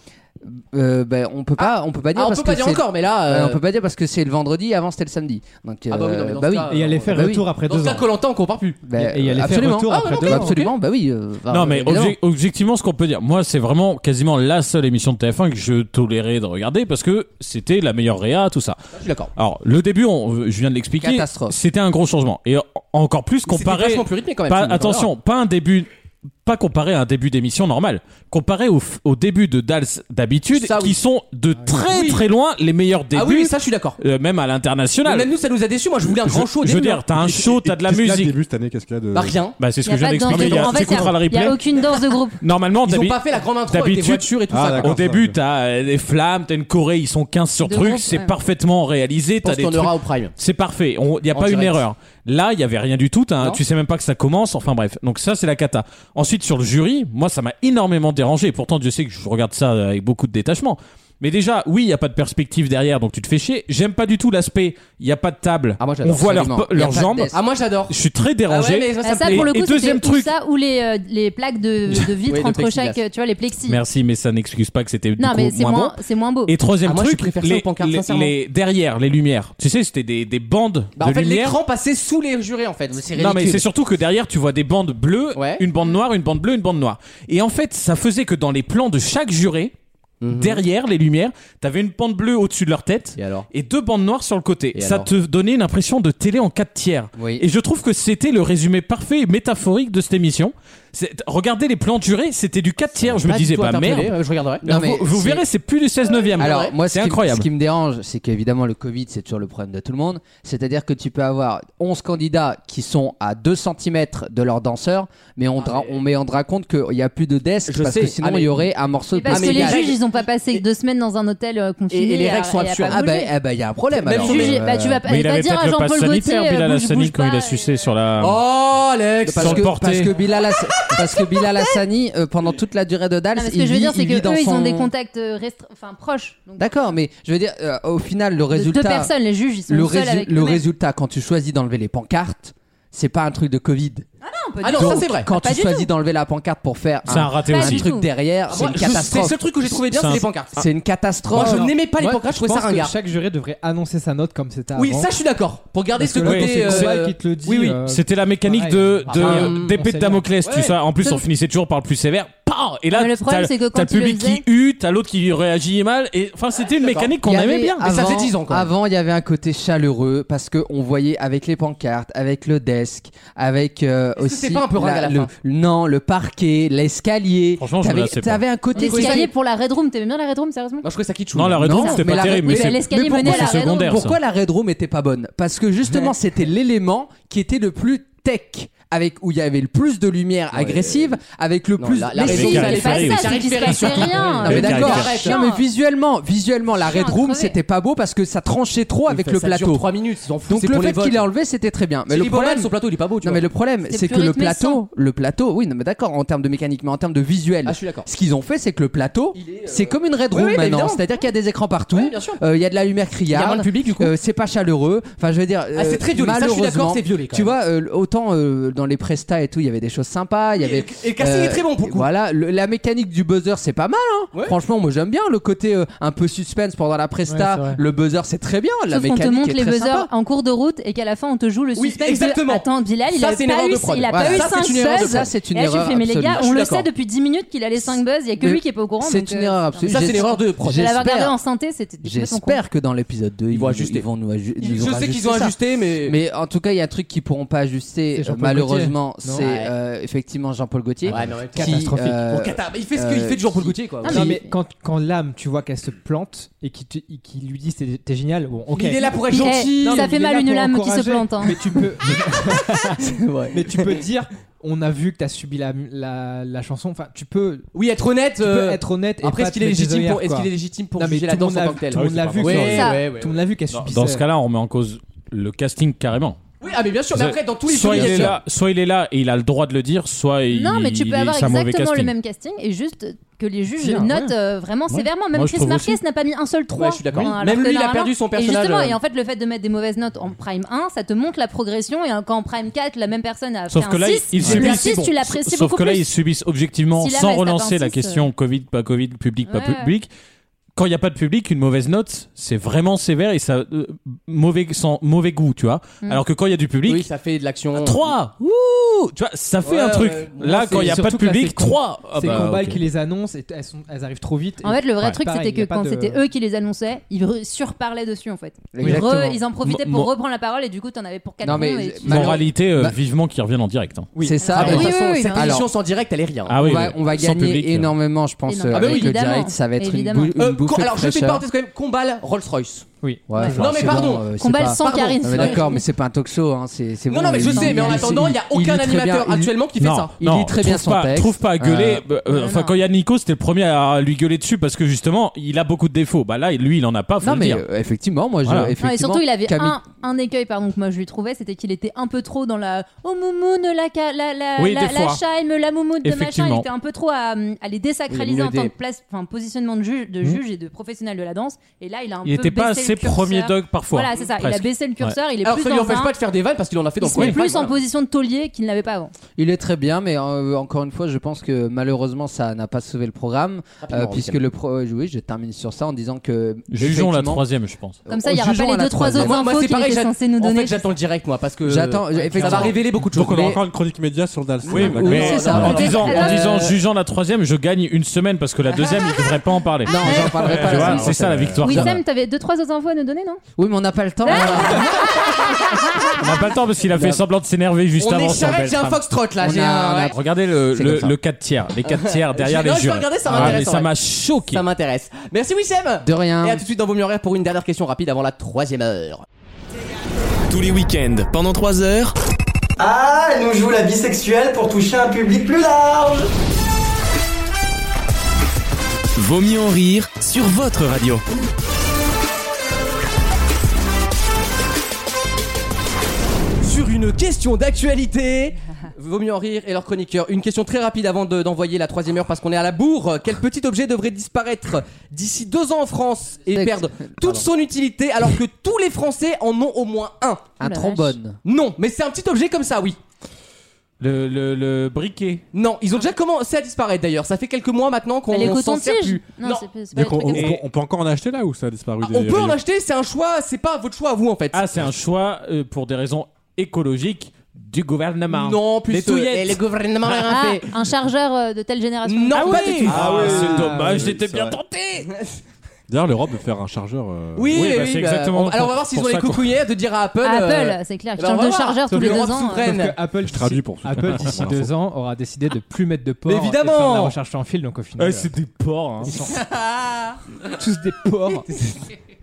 F: Euh, ben, on peut pas, on peut pas dire
A: Ah, on
F: parce
A: peut pas
F: que
A: dire
F: c'est-
A: encore, mais là.
F: Ouais,
A: euh,
F: on peut pas dire parce que c'est le vendredi et avant c'était le samedi. Donc,
A: Ah bah oui,
F: euh,
A: non, mais dans
F: bah
A: ce
F: oui.
A: cas,
D: Et il y a l'effet
F: Bah oui.
D: retour après
A: Dans ce
D: deux
A: cas,
D: ans.
A: Colanta, on compare plus.
F: Bah,
D: Et il y a l'effet
F: absolument.
D: retour
A: Ah,
D: après
A: non,
D: deux
A: mais
D: ans.
F: Absolument, bah oui. euh, bah,
E: Non, mais
F: évidemment.
E: obje- objectivement, ce qu'on peut dire, moi, c'est vraiment quasiment la seule émission de TF1 que je tolérais de regarder parce que c'était la meilleure réa, tout ça.
A: Je suis d'accord.
E: Alors, le début, on- je viens de l'expliquer,
F: Catastrophe.
E: c'était un gros changement. Et en- encore plus
A: C'était
E: comparé.
A: vachement plus rythmé quand même.
E: pas-
A: sinon,
E: attention, pas un début. Pas comparé à un début d'émission normal. Comparé au, f- au début de Dals d'habitude,
A: Ça, oui. Ah
E: qui sont de très
A: Oui.
E: très loin les meilleurs débuts,
A: Ah oui, mais ça je suis d'accord.
E: euh, même à l'international.
A: Même nous, ça nous a déçus. Moi, je voulais un grand show. au
E: Je veux
A: début, hein.
E: dire, t'as un show, t'as de la
B: Qu'est-ce qu'il y a
E: musique.
B: début cette année, qu'est-ce qu'il y a de.
A: Bah rien.
E: Bah, c'est ce
C: Il y
E: que
C: a
E: je viens
C: pas de danse
E: d'expliquer.
C: de
E: il y a-
C: groupe. En fait,
E: Tu écouteras le
C: il y a
E: replay.
C: aucune danse de groupe.
E: Normalement,
A: Ils ont
E: d'habi-
A: pas fait la grande intro avec des
E: d'habitude-
A: voitures et tout
B: Ah,
A: ça. quoi.
B: d'accord.
E: Au
B: ça,
E: début,
B: ouais.
E: t'as euh, des flammes, t'as une Corée, ils sont 15 sur
C: De
E: truc,
C: groupe,
E: c'est
C: ouais.
E: parfaitement réalisé,
A: Je
E: t'as
A: pense
E: des
A: qu'on
E: trucs.
A: aura au prime.
E: C'est parfait, il n'y a
A: En
E: pas une
A: direct.
E: erreur. Là, il y avait rien du tout, t'as un-
A: Non.
E: tu sais même pas que ça commence, enfin bref. Donc ça, c'est la cata.
L: euh,
E: Ensuite, sur le jury, moi, ça m'a énormément dérangé, et pourtant, je sais que je regarde ça avec beaucoup de détachement.
L: Mais déjà, oui, il n'y a pas de perspective derrière, donc tu te fais chier. J'aime pas du tout l'aspect, il n'y a pas de table.
A: Ah,
L: On voit leurs
A: absolument.
L: leurs
A: Y a pas de
L: jambes.
A: desk. Ah, moi, j'adore.
L: Je suis très
A: Ah ouais,
L: dérangé.
A: mais
C: Ah, ça,
L: et,
C: pour le
L: et
C: coup,
L: deuxième
C: c'était ou
L: truc.
C: ça ou les, euh, les plaques de, de vitre
L: Oui, de
C: entre
L: plexiglas.
C: chaque, euh, tu vois, les plexis.
L: Merci, mais ça n'excuse pas que c'était du
C: Non,
L: coup
C: mais c'est
L: moins bon.
C: moins, c'est moins beau.
L: Et troisième
A: Ah,
L: truc, les, les-
A: sincèrement.
L: les- derrière, les lumières. Tu sais, c'était des, des bandes
A: Bah,
L: de
A: en fait,
L: lumière.
A: l'écran passait sous les jurés, en fait. C'est
L: Non, mais
A: ridicule.
L: c'est surtout que derrière, tu vois des bandes bleues, une bande noire, une bande bleue, une bande noire. Et en fait, ça faisait que dans les plans de chaque juré, derrière les lumières, t'avais une bande bleue au-dessus de leur tête et, deux bandes noires sur le côté.
A: Et
L: ça
A: alors
L: te donnait une impression de télé en 4 tiers. Et je trouve que c'était le résumé parfait et métaphorique de cette émission. C'est- Regardez les plans de jurés, c'était du 4 tiers. Je me
A: pas
L: disais
A: du tout
L: pas
A: interpellé,
L: merde.
A: euh, je regarderai.
L: Non, vous- vous verrez, c'est plus du 16
E: Ah,
L: 9
F: Alors, moi, ce
L: c'est
F: qui-
L: incroyable.
F: Ce qui me dérange, c'est qu'évidemment, le Covid, c'est toujours le problème de tout le monde. C'est-à-dire que tu peux avoir 11 candidats qui sont à 2 cm de leur danseur, mais on, dra- on mettra compte qu'il n'y a plus de desk
A: Je
F: parce
A: sais.
F: que sinon,
A: Ah,
F: il
A: mais-
F: y aurait un morceau
C: Et
F: de
C: parce que
F: plastique.
C: les juges, ils ont pas passé que deux semaines dans un hôtel euh, confiné.
F: Et- et les
C: à-
F: règles sont
C: à pas
F: absurdes.
C: bouger.
F: Ah bah, ah bah, il y a un problème,
C: Même
F: alors.
C: si-
F: Mais,
C: bah, tu vas pas-
L: Mais il
C: vas
L: avait
C: dire à
L: peut-être le
C: Jean-Paul
L: pass
C: Gaultier,
L: sanitaire,
C: euh,
L: Bilal
C: bouge-
L: Hassani,
C: bouge
L: quand il a sucé sur la.
A: Oh, Alex
L: Sans
F: Parce
L: le
F: que,
L: porter.
F: parce que Bilal, Hass- parce que Bilal Hassani, euh, pendant toute la durée de Dals,
C: Non, mais ce
F: il
C: que je veux
F: vit-
C: dire, c'est
F: il
C: que
F: vit dans
C: eux, ils ont
F: son-
C: des contacts euh, restre- enfin proches. Donc,
F: D'accord, mais je veux dire, euh, au final, le résultat.
C: deux personnes, les juges, ils sont
F: le
C: seuls
F: résu-
C: avec
F: Le
C: eux-mêmes.
F: résultat, quand tu choisis d'enlever les pancartes, c'est pas un truc de Covid.
C: pas
A: Ah
C: du
A: non,
C: tout.
A: ça c'est vrai.
F: Quand
A: Pas
F: tu
A: du
F: choisis
A: tout.
F: d'enlever la pancarte pour faire
A: C'est un raté
F: un
A: aussi.
F: truc
A: Pas du
F: derrière,
A: tout.
F: c'est
A: Moi,
F: une
A: je- c'est le
F: catastrophe.
A: seul truc que j'ai trouvé bien, c'est les pancartes.
F: C'est une catastrophe.
A: Moi, je n'aimais pas les pancartes, je trouvais
D: pense
A: ça ringard.
D: que Chaque juré devrait annoncer sa note comme c'était
A: Oui,
D: avant.
A: ça, je suis d'accord. Pour garder
D: Parce
A: ce
D: que là,
A: côté,
D: c'est
A: euh,
D: Combal qui te le dit.
L: Oui, oui,
D: euh,
L: c'était la mécanique
D: pareil.
L: de, de-
D: Ah,
L: d'épée de
D: enseignant.
L: Damoclès,
D: Ouais.
L: tu sais. En plus, on finissait toujours par le plus sévère. Pam et là,
A: Mais le problème,
L: t'as,
A: c'est que
L: t'as
A: quand
L: le
A: tu le
L: public qui hue, t'as l'autre qui réagit mal. Et enfin, c'était une mécanique qu'on
F: Il y avait
L: aimait bien.
F: Avant, Avant, il y avait un côté chaleureux parce que on voyait avec les pancartes, avec le desk, avec euh,
A: que
F: aussi
A: c'est pas un peu ringard à la
F: le,
A: fin
F: non le parquet, l'escalier.
L: Franchement,
A: je me
F: t'avais,
A: lassais pas.
F: t'avais un côté
C: L'escalier pour la Red Room, t'aimais bien la Red Room, sérieusement
A: Moi, je trouvais ça kitschou.
L: Non, la Red Room, c'était pas terrible, mais c'est-
C: l'escalier menait à la Red Room.
F: Pourquoi la Red Room était pas bonne Parce que justement,
C: Ouais.
F: c'était l'élément qui était le plus tech. Avec, où il y avait le plus de lumière agressive, avec le
A: Non,
F: plus.
A: la- la
F: Mais
A: Red
F: si,
A: Room,
F: il
A: ça
F: fallait
A: allait pas
F: faire
A: aider.
F: ça.
A: Charlie
F: Non,
A: Ferré, surtout.
F: mais
A: Charlie
F: d'accord.
A: Ferré.
F: Arrête. Non, mais visuellement, visuellement, la Red Room, c'était pas beau parce que ça tranchait trop avec
A: Ça
F: le
A: dure
F: plateau.
A: trois minutes, ils s'en foutent,
F: Donc
A: c'est
F: le
A: pour les
F: fait
A: votes.
F: qu'il ait enlevé, c'était très bien. Mais
A: Thierry
F: le problème,
A: Bauman, son plateau, il est pas beau, tu
F: non,
A: vois.
F: mais le problème,
A: C'est
F: c'est
A: plus
F: que le
A: rythmé
F: plateau, le plateau, oui, non, mais d'accord, en termes de mécanique, mais en termes de visuel,
A: Ah, je suis d'accord.
F: ce qu'ils ont fait, c'est que le plateau, c'est comme une
A: Oui,
F: Red
A: oui,
F: Room
A: bah,
F: maintenant,
A: évidemment.
F: c'est-à-dire qu'il y a des écrans partout, euh,
A: bien sûr.
F: il y a de la lumière criarde,
A: Il y a moins de public, du coup.
F: euh, c'est pas chaleureux, enfin, je veux dire,
A: Ah, c'est
F: euh,
A: très violet, ça, je suis d'accord,
F: malheureusement,
A: c'est violet, quand
F: Tu
A: même.
F: vois, euh, autant euh, dans les prestas et tout, il y avait des choses sympas, il y avait. euh,
A: et le casting est très bon, pour le coup.
F: Voilà, le- la mécanique du buzzer, c'est pas mal, hein. Franchement, moi j'aime bien le côté euh, un peu suspense pendant la
D: Ouais,
F: presta,
D: c'est vrai.
F: le buzzer, c'est très bien, la
C: Sauf qu'on te
F: mécanique
C: montre
F: est
C: les
F: très
C: buzzers
F: sympa.
C: en cours de route et qu'à la fin on te joue le
F: Oui,
C: suspense. de,
F: exactement.
C: Attends, Bilal, il
F: Ça,
C: a
F: c'est
C: pas
F: une erreur
C: eu,
F: de prod.
C: il a
F: Voilà.
C: pas eu
F: Ça, c'est
C: 5
F: une erreur de prod.
C: buzz.
F: C'est une
C: Et là, je
F: erreur
C: fais, mais les
F: absolue.
C: gars,
F: Je
C: on
F: suis
C: le
F: d'accord.
C: sait depuis 10 minutes qu'il a les 5 buzz, il y a que
F: Mais-
C: lui qui est pas au courant.
F: C'est
C: donc,
F: une
C: euh,
F: erreur
C: putain.
F: absolue.
A: Ça, c'est une erreur de prod.
C: Je l'avais regardé
F: J'espère-
C: en synthé, c'était complètement con.
F: J'espère que dans l'épisode 2, ils, vont
A: ajuster.
F: Ils vont nous aju-
A: Ils-
F: nous
A: je
F: auront
A: sais qu'ils ont
F: ça.
A: ajusté, mais-
F: Mais en tout cas, il y a un truc qu'ils pourront pas ajuster,
D: C'est
F: euh,
D: Jean-Paul
F: malheureusement,
D: Gaultier. Non.
F: c'est
D: Ouais.
F: euh, effectivement Jean-Paul Gaultier.
A: Ouais, mais ouais,
F: qui,
D: catastrophique.
F: euh,
A: Bon, cata- il fait ce qu'il
F: euh,
A: fait de Jean-Paul
F: qui-
A: Gaultier, quoi.
D: Non,
A: Qui-
D: mais quand, quand l'âme, tu vois qu'elle se plante et qui, te- et qui lui dit c'est- t'es génial, bon, ok.
A: Mais il est là pour être
D: Eh,
A: gentil.
D: non,
C: ça
D: mais
C: fait
D: il est
C: mal
D: là
C: une
D: pour
C: lame qui se
D: encourager.
C: plante, hein.
D: Mais tu peux,
F: vrai.
D: mais tu peux dire, on a vu que t'as subi la, la, la chanson. Enfin, tu peux,
A: Oui, être honnête.
D: tu peux
A: euh,
D: être honnête. et
A: Après,
D: pas
A: est-ce
D: te
A: qu'il est
D: mettre des
A: légitime pour
D: œillères,
A: est-ce
D: quoi.
A: qu'il est légitime pour
D: Non, mais
A: juger la
D: tout le
A: danse
D: monde
A: en
D: l'a-
A: tant que telle
D: Tout le monde l'a vu.
A: Oui,
D: quoi.
A: ouais, ouais, ouais. Ah
D: Tout le monde l'a vu qu'elle
E: Dans-
D: subissait.
E: Dans ce cas-là, on remet en cause le casting carrément.
A: Oui, ah mais bien sûr. Mais après, dans tous les
E: soit
A: films,
E: il
A: il y a
E: est
A: ça.
E: là, soit il est là et il a le droit de le dire, soit il
C: Non, mais tu
E: il-
C: peux avoir
E: c'est un mauvais
C: exactement le
E: casting.
C: même casting et juste que les juges
E: Bien,
C: notent
E: ouais.
C: euh, vraiment
E: Ouais.
C: sévèrement. Même
E: Moi, je
C: Chris
E: trouve
C: Marquez
E: aussi.
C: n'a pas mis un seul 3.
A: je suis d'accord.
C: alors
A: Même
C: que
A: lui, il a
C: normalement-
A: perdu son personnage,
C: Et justement,
A: euh.
C: et en fait, le fait de mettre des mauvaises notes en prime 1, ça te montre la progression. Et quand en prime 4, la même personne a
E: Sauf
C: fait
E: que
C: un
E: là,
C: 6,
E: ils
C: le
E: subissent.
C: six, tu l'apprécies
E: Sauf
C: beaucoup
E: que là,
C: plus.
E: ils subissent objectivement,
C: Si là,
E: sans
C: reste à
E: relancer la
C: 26,
E: question
C: euh.
E: Covid, pas Covid, public, pas
C: Ouais, ouais.
E: public. Quand il n'y a pas de public, une mauvaise note, c'est vraiment sévère et ça euh, mauvais sans mauvais goût, tu vois.
C: Mm.
E: Alors que quand il y a du public,
A: Oui, ça fait de l'action.
E: 3 Ouh Tu vois, ça fait
A: Ouais,
E: un truc.
A: ouais.
E: Là,
D: Moi,
E: quand il n'y a
D: c'est-
E: pas de
D: surtout que là,
E: public, Ah bah,
D: c'est con-
E: 3
A: bah,
D: c'est Combal qui les annonce et elles, sont- elles arrivent trop vite.
C: En
D: et-
C: fait, le vrai
D: Ouais,
C: truc,
D: pareil,
C: c'était
D: y
C: que
D: a pas
C: quand
D: de-
C: c'était eux qui les annonçaient, ils re- surparlaient dessus en fait. Ils,
F: Oui.
C: re-
F: Exactement.
C: ils en profitaient
E: Mo-
C: pour
E: mo-
C: reprendre la parole et du coup, t'en avais pour 4
F: Non, mais
E: Moralité, euh,
F: Bah-
E: vivement qu'ils reviennent en direct. hein.
F: C'est ça.
A: Ah,
F: Et-
A: de toute façon,
C: oui,
A: cette
C: non.
A: émission sans direct, elle est rien.
E: Ah
F: on,
E: oui,
F: va,
E: oui.
F: on va
E: Sans
F: gagner
E: public, euh.
F: énormément, je pense,
C: Énormément.
F: euh, avec
C: Ah bah oui,
F: le direct.
C: évidemment.
F: Ça va être une,
C: Évidemment.
F: bou- une
A: Euh,
F: bouffée
A: co-
F: de
A: alors je fais une
F: fraîcheur.
A: parenthèse quand même. Combal Rolls Royce.
D: Oui.
F: Ouais,
A: Non, mais
F: c'est
A: pardon.
F: euh, c'est
A: Combat le
F: pas-
A: sans
F: Pardon.
A: charisme.
F: Non, mais D'accord, mais c'est pas un talk show. hein, c'est- c'est
A: Non,
F: bon,
A: non, mais je sais, mais en attendant, il y a aucun
F: lit très
A: animateur
F: bien- il-
A: actuellement qui fait ça.
F: Il lit très bien
E: trouve
F: son
E: pas,
F: texte.
E: Trouve pas à gueuler.
F: Euh,
E: euh, euh, Enfin, quand il y a Nico, c'était le premier à lui gueuler dessus parce que justement, il a beaucoup de défauts. Bah là, lui, il en a pas. Faut
F: Non,
E: le
F: mais
E: dire.
F: euh, effectivement, moi, je-
E: Voilà.
C: Non, et surtout, il avait
F: Camille-
C: un, un écueil, pardon, que moi je lui trouvais, c'était qu'il était un peu trop dans la oh moumoune, la ca- la la
E: Oui,
C: la,
E: des
C: la
E: fois.
C: chaîne, la moumoune de machin. Il
E: Effectivement.
C: était un peu trop à, euh, à les
E: Il
C: désacraliser
E: est
C: en tant
E: nudé.
C: que place, enfin positionnement de juge, de
E: Mhm.
C: juge et de professionnel de la danse. Et là, il a un
E: Il
C: peu
E: était pas
C: baissé
E: assez
C: le
E: premier
C: curseur.
E: dog parfois,
C: Voilà, c'est ça. Il a
E: presque.
C: baissé le curseur.
E: Ouais.
C: Il est
A: Alors
C: plus
A: ça lui
C: dans
A: empêche
C: un-
A: pas de faire des vannes parce qu'il en a fait
C: il
A: dans
C: se met
A: le
C: plus en position de taulier qu'il n'avait pas avant.
F: Il est très bien, mais euh, encore une fois, je pense que malheureusement, ça n'a pas sauvé le programme,
A: Rapidement,
F: euh, puisque
A: Wissem.
F: le pro... euh, oui, je termine sur ça en disant que
E: Jugeons la
F: effectivement-
E: troisième, je pense.
C: Comme ça, il y aura
F: Jugeons
C: pas les
F: à la
C: deux, trois
F: troisième.
C: autres Moi, infos moi, c'est qu'il pareil, était j'att- censé nous
A: En
C: donner.
A: fait, j'attends le direct, moi, parce que.
F: J'attends,
A: Euh, Ça va
F: effectivement.
A: révéler beaucoup de choses.
F: Donc, on aura Mais- encore
A: une chronique média sur Dals.
F: Oui,
E: Bah,
F: oui,
E: mais-
F: c'est ça.
E: En
F: Ouais.
E: disant, en
F: Euh,
E: disant, jugeant la troisième, je gagne une semaine parce que la deuxième, il devrait pas en parler.
F: Ah, Non, Ah, j'en parlerai
E: Tu
F: pas la
E: vois,
F: semaine
E: Ah, C'est ça la
F: prochaine.
E: victoire.
C: Wissem, t'avais deux, trois autres infos à nous donner, non
F: Oui, mais on n'a pas le temps.
E: On n'a pas le temps parce qu'il a fait semblant de s'énerver juste
A: On est
E: avant. sur
A: charrette, j'ai un
E: Beltrame.
A: foxtrot là.
E: On
A: j'ai
E: a-
A: un-
E: on a-
A: ouais.
E: Regardez le, le, 4 tiers, les 4 tiers Euh, derrière
A: Non,
E: les
A: je vais
E: jurés.
A: regarder, ça
E: Ah, mais
A: m'intéresse.
E: ça
A: ouais.
E: m'a choqué.
A: Ça m'intéresse. Merci Wissem
F: De rien.
A: Et à tout de suite dans Vos Mieux en Rire pour une dernière question rapide avant la troisième heure.
H: Tous les week-ends, pendant 3 heures.
M: Ah, elle nous joue la bisexuelle pour toucher un public plus large
H: Vaut mieux en rire sur votre radio.
A: Sur une question d'actualité, vaut mieux en rire et leur chroniqueur. Une question très rapide avant de- d'envoyer la troisième heure parce qu'on est à la bourre. Quel petit objet devrait disparaître d'ici deux ans en France et perdre toute son utilité alors que tous les Français en ont au moins un
F: Un trombone.
A: Non, mais c'est un petit objet comme ça, oui.
E: Le, le, le briquet.
A: Non, ils ont déjà commencé à disparaître d'ailleurs. Ça fait quelques mois maintenant qu'on
C: Les
A: on s'en sert
C: cotons-tiges
A: plus.
C: Non, c'est pas- c'est pas
N: Mais
C: les
N: qu'on- on,
C: trucs comme ça.
N: on- on peut encore en acheter là ou ça a disparu des
A: On peut en
N: rayons
A: acheter, c'est un choix, c'est pas votre choix à vous en fait.
E: Ah, c'est un choix euh, pour des raisons écologiques du gouvernement.
A: Non, plus
E: Les
A: euh,
E: touillettes.
A: et le gouvernement a rien
C: Ah,
A: fait.
C: un chargeur euh, de telle génération.
A: Non,
C: Ah
A: pas
C: oui.
A: du tout.
E: Ah,
N: ouais,
E: c'est dommage,
N: ouais,
E: j'étais
N: c'est
E: bien
N: vrai.
E: tenté.
N: D'ailleurs, l'Europe veut faire un chargeur. euh,
A: Oui,
E: Oui, bah,
A: oui,
E: c'est
A: bah,
E: exactement
A: on- alors on va
E: pour-
A: voir s'ils
E: pour
A: ont les
E: ça qu'on-
A: coucouillettes de dire à Apple.
C: Ah,
A: euh,
C: Apple, c'est clair,
A: eh
C: qui
A: ben, on
C: change
A: va
C: de
A: voir.
C: chargeurs tous les
A: L'Europe
C: deux ans. hein. euh.
D: Sauf
A: souveraine.
D: que Apple,
N: Je traduis pour ceux qui
D: Apple
N: comprennent pas
D: d'ici
N: l'info.
D: deux ans aura décidé de plus mettre de porc.
A: Mais
D: et de faire
A: évidemment.
D: de la recherche en fil, donc au final.
E: Ouais,
D: euh,
E: c'est des porcs. hein.
D: ils sont tous des porcs.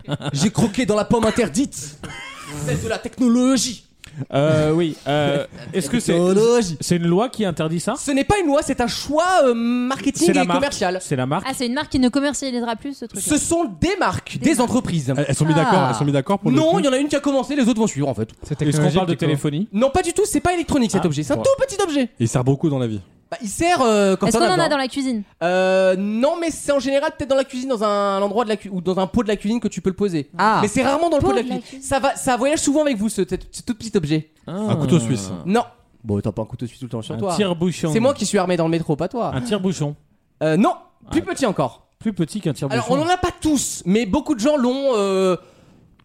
A: euh, J'ai croqué dans la pomme interdite. C'est de la technologie.
E: Euh, oui. euh, Est-ce que c'est
A: Technologie.
E: c'est une loi qui interdit ça
A: Ce n'est pas une loi, c'est un choix euh, marketing
E: C'est la
A: et
E: marque.
A: commercial.
E: C'est la marque.
C: Ah, c'est une marque qui ne commercialisera plus ce truc.
A: Ce sont des marques, des, entreprises.
N: Elles elles sont mis d'accord. Elles sont mis d'accord pour le
A: Ah. Non,
N: coup
A: il y en a une qui a commencé, les autres vont suivre en fait.
D: C'est
E: Est-ce qu'on
D: technologique,
E: parle de
D: du coup.
E: téléphonie
A: Non, pas du tout, c'est pas électronique cet
E: Ah,
A: objet, c'est un
E: ouais.
A: tout petit objet.
N: Il sert beaucoup dans la vie.
A: Bah, il sert euh, quand
C: Est-ce
A: on
C: qu'on en a
A: besoin.
C: dans la cuisine
A: Euh, non, mais c'est en général peut-être dans la cuisine, dans un, endroit de la cu- ou dans un pot de la cuisine que tu peux le poser.
F: Ah.
A: Mais c'est rarement dans le pot,
C: Pot
A: de la
C: de la
A: cuisine. Ça va, ça voyage souvent avec vous ce, ce- ce tout petit objet.
N: Un couteau suisse.
E: Ah.
A: Non. Bon, t'as pas un couteau suisse tout le temps Ah. sur
E: Un
A: toi.
E: tire-bouchon.
A: C'est moi qui suis armé dans le métro, pas toi.
E: Un tire-bouchon.
A: Euh, non, plus petit encore.
E: Plus petit qu'un tire-bouchon.
A: Alors on en a pas tous, mais beaucoup de gens l'ont. euh,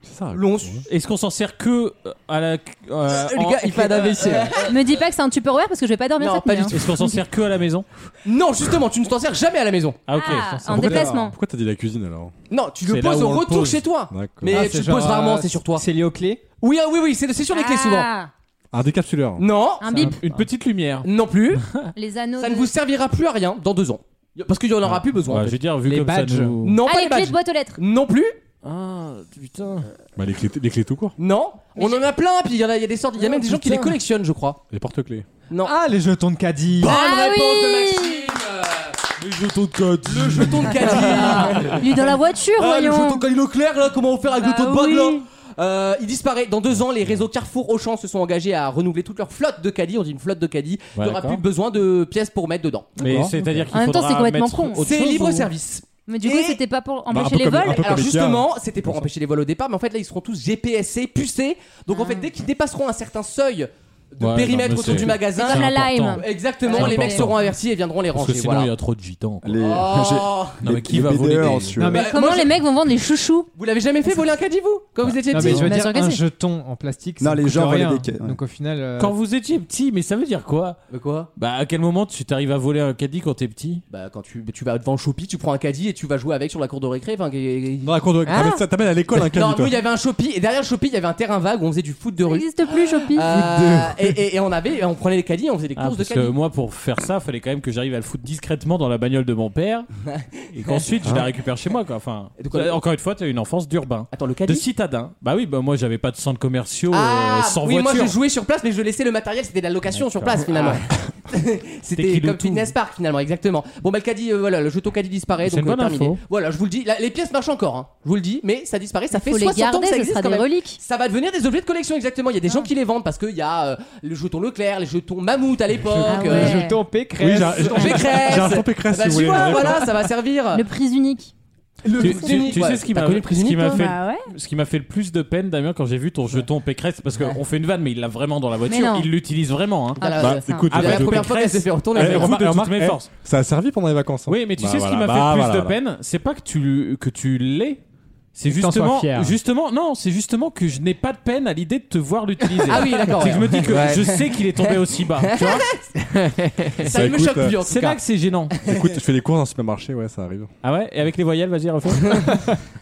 N: C'est ça.
A: l'ont.
E: Est-ce qu'on s'en sert que euh, à la. euh, en-
A: Le gars, il fait un AVC. là.
C: Me dis pas que c'est un Tupperware parce que je vais pas dormir
A: Non,
C: cette
A: pas du
C: nuit. hein.
E: Est-ce qu'on s'en sert que à la maison
A: non, justement, tu ne t'en sers jamais à la maison.
E: Ah ok.
C: Ah,
E: on s'en sert.
C: en déplacement.
N: Pourquoi t'as dit la cuisine alors
A: Non, tu le
E: C'est là
A: poses
E: où
A: au
E: on le
A: retour
E: pose.
A: chez toi.
N: D'accord.
A: Mais
D: Ah,
A: Eh, tu
D: c'est
A: le
D: genre,
A: poses rarement,
D: euh,
A: c'est sur toi.
D: C'est lié aux clés.
A: Oui, ah oui, oui, c'est c'est sur les clés souvent.
C: Ah,
N: Un décapsuleur.
A: Non,
C: Un bip,
E: Une petite lumière.
A: non plus.
C: les anneaux.
A: Ça
C: de-
A: ne vous servira plus à rien dans deux ans. Parce qu'il n'y en aura plus besoin. en
E: Ah. Ouais,
A: fait.
E: Bah, je veux dire, vu
D: Les
E: comme
D: badges.
E: ça nous.
A: Non,
C: Ah,
A: pas
C: les
A: les
C: clés
A: badges.
C: de boîte aux lettres.
A: Non plus.
E: Ah putain.
N: Bah, les clés, les clés tout court.
A: Non. On en a plein, puis il y, en a il y a des sortes. Il y a
C: Ah,
D: Oh,
A: même des gens qui les
D: putain.
A: collectionnent, je crois.
N: Les porte-clés.
A: Non.
D: Ah, les jetons de caddie.
A: Bonne
C: Ah
A: réponse
C: oui.
A: de Maxime.
N: Les jetons de code.
A: Le jeton de caddie.
C: Il est dans la voiture,
A: Ah, le jeton
C: Ah, voyons.
A: Cali Leclerc, là, comment on fait avec le
C: Bah
A: taux de bague, là
C: oui.
A: Euh, il disparaît. Dans deux ans, les réseaux Carrefour Auchan se sont engagés à renouveler toute leur flotte de caddies. On dit une flotte de caddies. Il
E: Ouais,
A: n'y aura
E: d'accord.
A: plus besoin de pièces pour mettre dedans.
E: Mais
D: D'accord.
E: c'est à dire qu'il
C: En même temps,
E: faudra
C: c'est complètement
E: mettre
C: con.
E: autre
A: C'est
E: chose
A: libre
E: ou-
A: service.
C: Mais du coup,
A: Et-
C: c'était pas
N: Bah,
C: pour
N: un
C: empêcher
N: peu
C: les
N: comme- un
C: vols.
N: peu
A: Alors
N: comme les
A: justement,
E: hein.
A: c'était pour empêcher les vols au départ, mais en fait là ils seront tous GPSC, pucés. Donc en fait dès qu'ils dépasseront un certain seuil de
E: Ouais,
A: périmètre
E: non, mais
A: autour
E: c'est-
A: du magasin,
C: C'est comme la lime.
A: exactement, les
C: Ouais, c'est
A: mecs
C: important.
A: seront avertis et viendront les
E: Parce que
A: ranger.
E: sinon il y
A: Voilà.
E: a trop de gitans. quoi.
G: Les...
A: Oh.
E: Non, mais qui
G: les
E: va voler
G: BDR en
E: des-
G: sueur.
D: Non, mais-
A: Bah,
C: Comment
A: moi, je-
C: les mecs vont vendre les chouchous
A: Vous l'avez jamais fait voler un caddie vous quand vous étiez
D: Non,
A: petit
D: mais je veux
C: Bien
D: dire,
C: sûr que
D: un
C: si.
D: jeton en plastique.
G: Non,
D: ça
G: les
D: coûte
G: gens
D: rien.
G: volent des ca- ouais.
D: Donc au final. euh,
E: Quand vous étiez petit, mais ça veut dire quoi
A: Mais quoi
E: Bah à quel moment tu t'arrives à voler un caddie quand t'es petit
A: Bah quand tu, tu vas devant le Shopee, tu prends un caddie et tu vas jouer avec sur la cour de récré. Enfin, qui-
N: Dans la cour de.
D: Ah,
N: T'amènes ça- T'amènes à l'école un
A: non,
N: caddie
A: nous
N: toi.
A: il y avait un Shopee et derrière le Shopee il y avait un terrain vague où on faisait du foot de
C: Ça
A: rue.
C: n'existe plus, Shopee.
A: Euh, et et, et- et on avait, on prenait les caddies, on faisait des
E: Ah,
A: courses de
E: parce que
A: caddies.
E: moi, pour faire ça, fallait quand même que j'arrive à le foutre discrètement dans la bagnole de mon père et qu'ensuite je la récupère chez moi. Quoi. Enfin,
A: quoi
E: encore une fois, t'as une enfance d'urbain.
A: Attends, le
E: De citadin. Bah oui, bah moi j'avais pas de centre commerciaux euh,
A: Ah,
E: sans
A: oui,
E: voiture. Ah.
A: moi je jouais sur place, mais je laissais le matériel, c'était de la location sur place finalement. C'était comme Fitness Park finalement, exactement. Bon, bah le caddie, euh, voilà, le jeton caddie disparaît,
E: C'est
A: donc
E: une
A: euh,
E: bonne
A: terminé.
E: info.
A: Voilà, je vous le dis, la- les pièces marchent encore, hein. je vous le dis, mais ça disparaît, ça fait
C: faut les
A: 60 ans
C: garder,
A: que ça
C: ce
A: existe.
C: sera
A: quand
C: des
A: même.
C: reliques. Ah.
A: Ça va devenir des objets de collection, exactement. Il y a des gens qui les vendent parce qu'il y a euh, le jeton Leclerc, les jetons Mammouth à l'époque,
C: Ah ouais.
A: euh,
C: Les jetons
G: Pécresse.
A: Oui, j'ai- Jetons Pécresse.
D: j'ai un jeton Pécresse,
A: Bah,
D: si vous
A: tu
D: voulez,
A: vois,
D: d'accord.
A: voilà, ça va servir.
C: Le prise unique.
A: Le
E: Tu,
A: prix
E: tu-
A: unique,
E: tu
A: ouais.
E: sais ce qui
A: T'as
E: m'a
A: connu le prix
E: ce qui
A: unique,
E: m'a
A: toi
E: fait,
C: Bah
E: ce qui m'a fait le plus de peine, Damien, quand j'ai vu ton jeton Pécresse, parce qu'on fait une vanne, mais il l'a vraiment dans la
A: Mais
E: voiture,
A: non.
E: il l'utilise vraiment. Hein.
A: Ah là, Bah, c'est ça. écoute,
E: Avec
A: la première fois qu'elle
E: Pécresse,
A: s'est fait retourner,
E: elle
D: Eh,
E: fait
D: remarque-
E: de toutes
D: remarque,
E: mes
D: eh,
E: forces.
D: Ça a servi pendant les vacances. hein.
E: Oui, mais tu
D: Bah,
E: sais ce
D: voilà,
E: qui m'a fait
D: bah,
E: le plus
D: voilà,
E: de
D: voilà.
E: peine, c'est pas que tu que tu l'aies. C'est
D: Que t'en sois
E: justement,
D: fier.
E: justement, non, c'est justement que je n'ai pas de peine à l'idée de te voir l'utiliser.
A: Ah oui, d'accord,
E: C'est que je me
A: ouais.
E: dis que
A: Ouais.
E: je sais qu'il est tombé aussi bas. Tu vois
A: Ça ne me
D: écoute,
A: choque
D: euh,
A: plus en tout
E: c'est là
A: cas.
E: que c'est gênant.
D: Écoute, je fais les courses dans un supermarché, ouais, ça arrive.
E: Ah ouais Et avec les voyelles, vas-y, refais.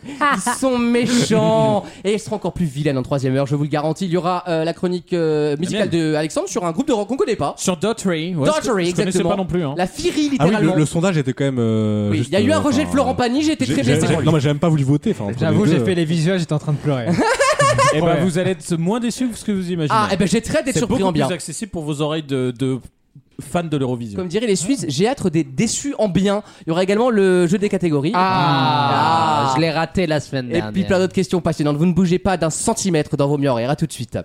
A: Ils sont méchants et ils seront encore plus vilains en troisième heure, je vous le garantis. Il y aura euh, la chronique euh, musicale de Alexandre sur un groupe de rock qu'on connaît pas.
E: Sur Dottery,
D: ouais, je- je
A: Dottery,
D: connaissais
A: exactement.
D: pas non plus, hein.
A: La Firie
D: Ah oui,
A: littéralement.
D: le, le sondage était quand même. euh,
A: Oui,
D: juste,
A: il y a eu un
D: euh,
A: rejet de
D: enfin,
A: Florent Pagny, j'étais
D: j'ai-
A: très
D: j'ai-
A: blessé.
D: j'ai- Non, mais j'ai même pas voulu voter. enfin, entre
G: J'avoue,
D: les
G: j'ai
D: deux. euh.
G: fait les visuels, j'étais en train de pleurer.
E: Eh ben,
G: Ouais.
E: vous allez être moins déçus que ce que vous imaginez.
A: Ah, eh ben, j'ai très hâte d'être
E: C'est
A: surpris en
E: beaucoup
A: bien.
E: plus accessible pour vos oreilles de, de fans de l'Eurovision.
A: Comme diraient les Suisses, j'ai hâte des déçus en bien. Il y aura également le jeu des catégories.
F: Ah, je l'ai raté la semaine
A: Et
F: dernière.
A: puis plein d'autres questions passionnantes. Vous ne bougez pas d'un centimètre dans vos murs. Et à tout de suite.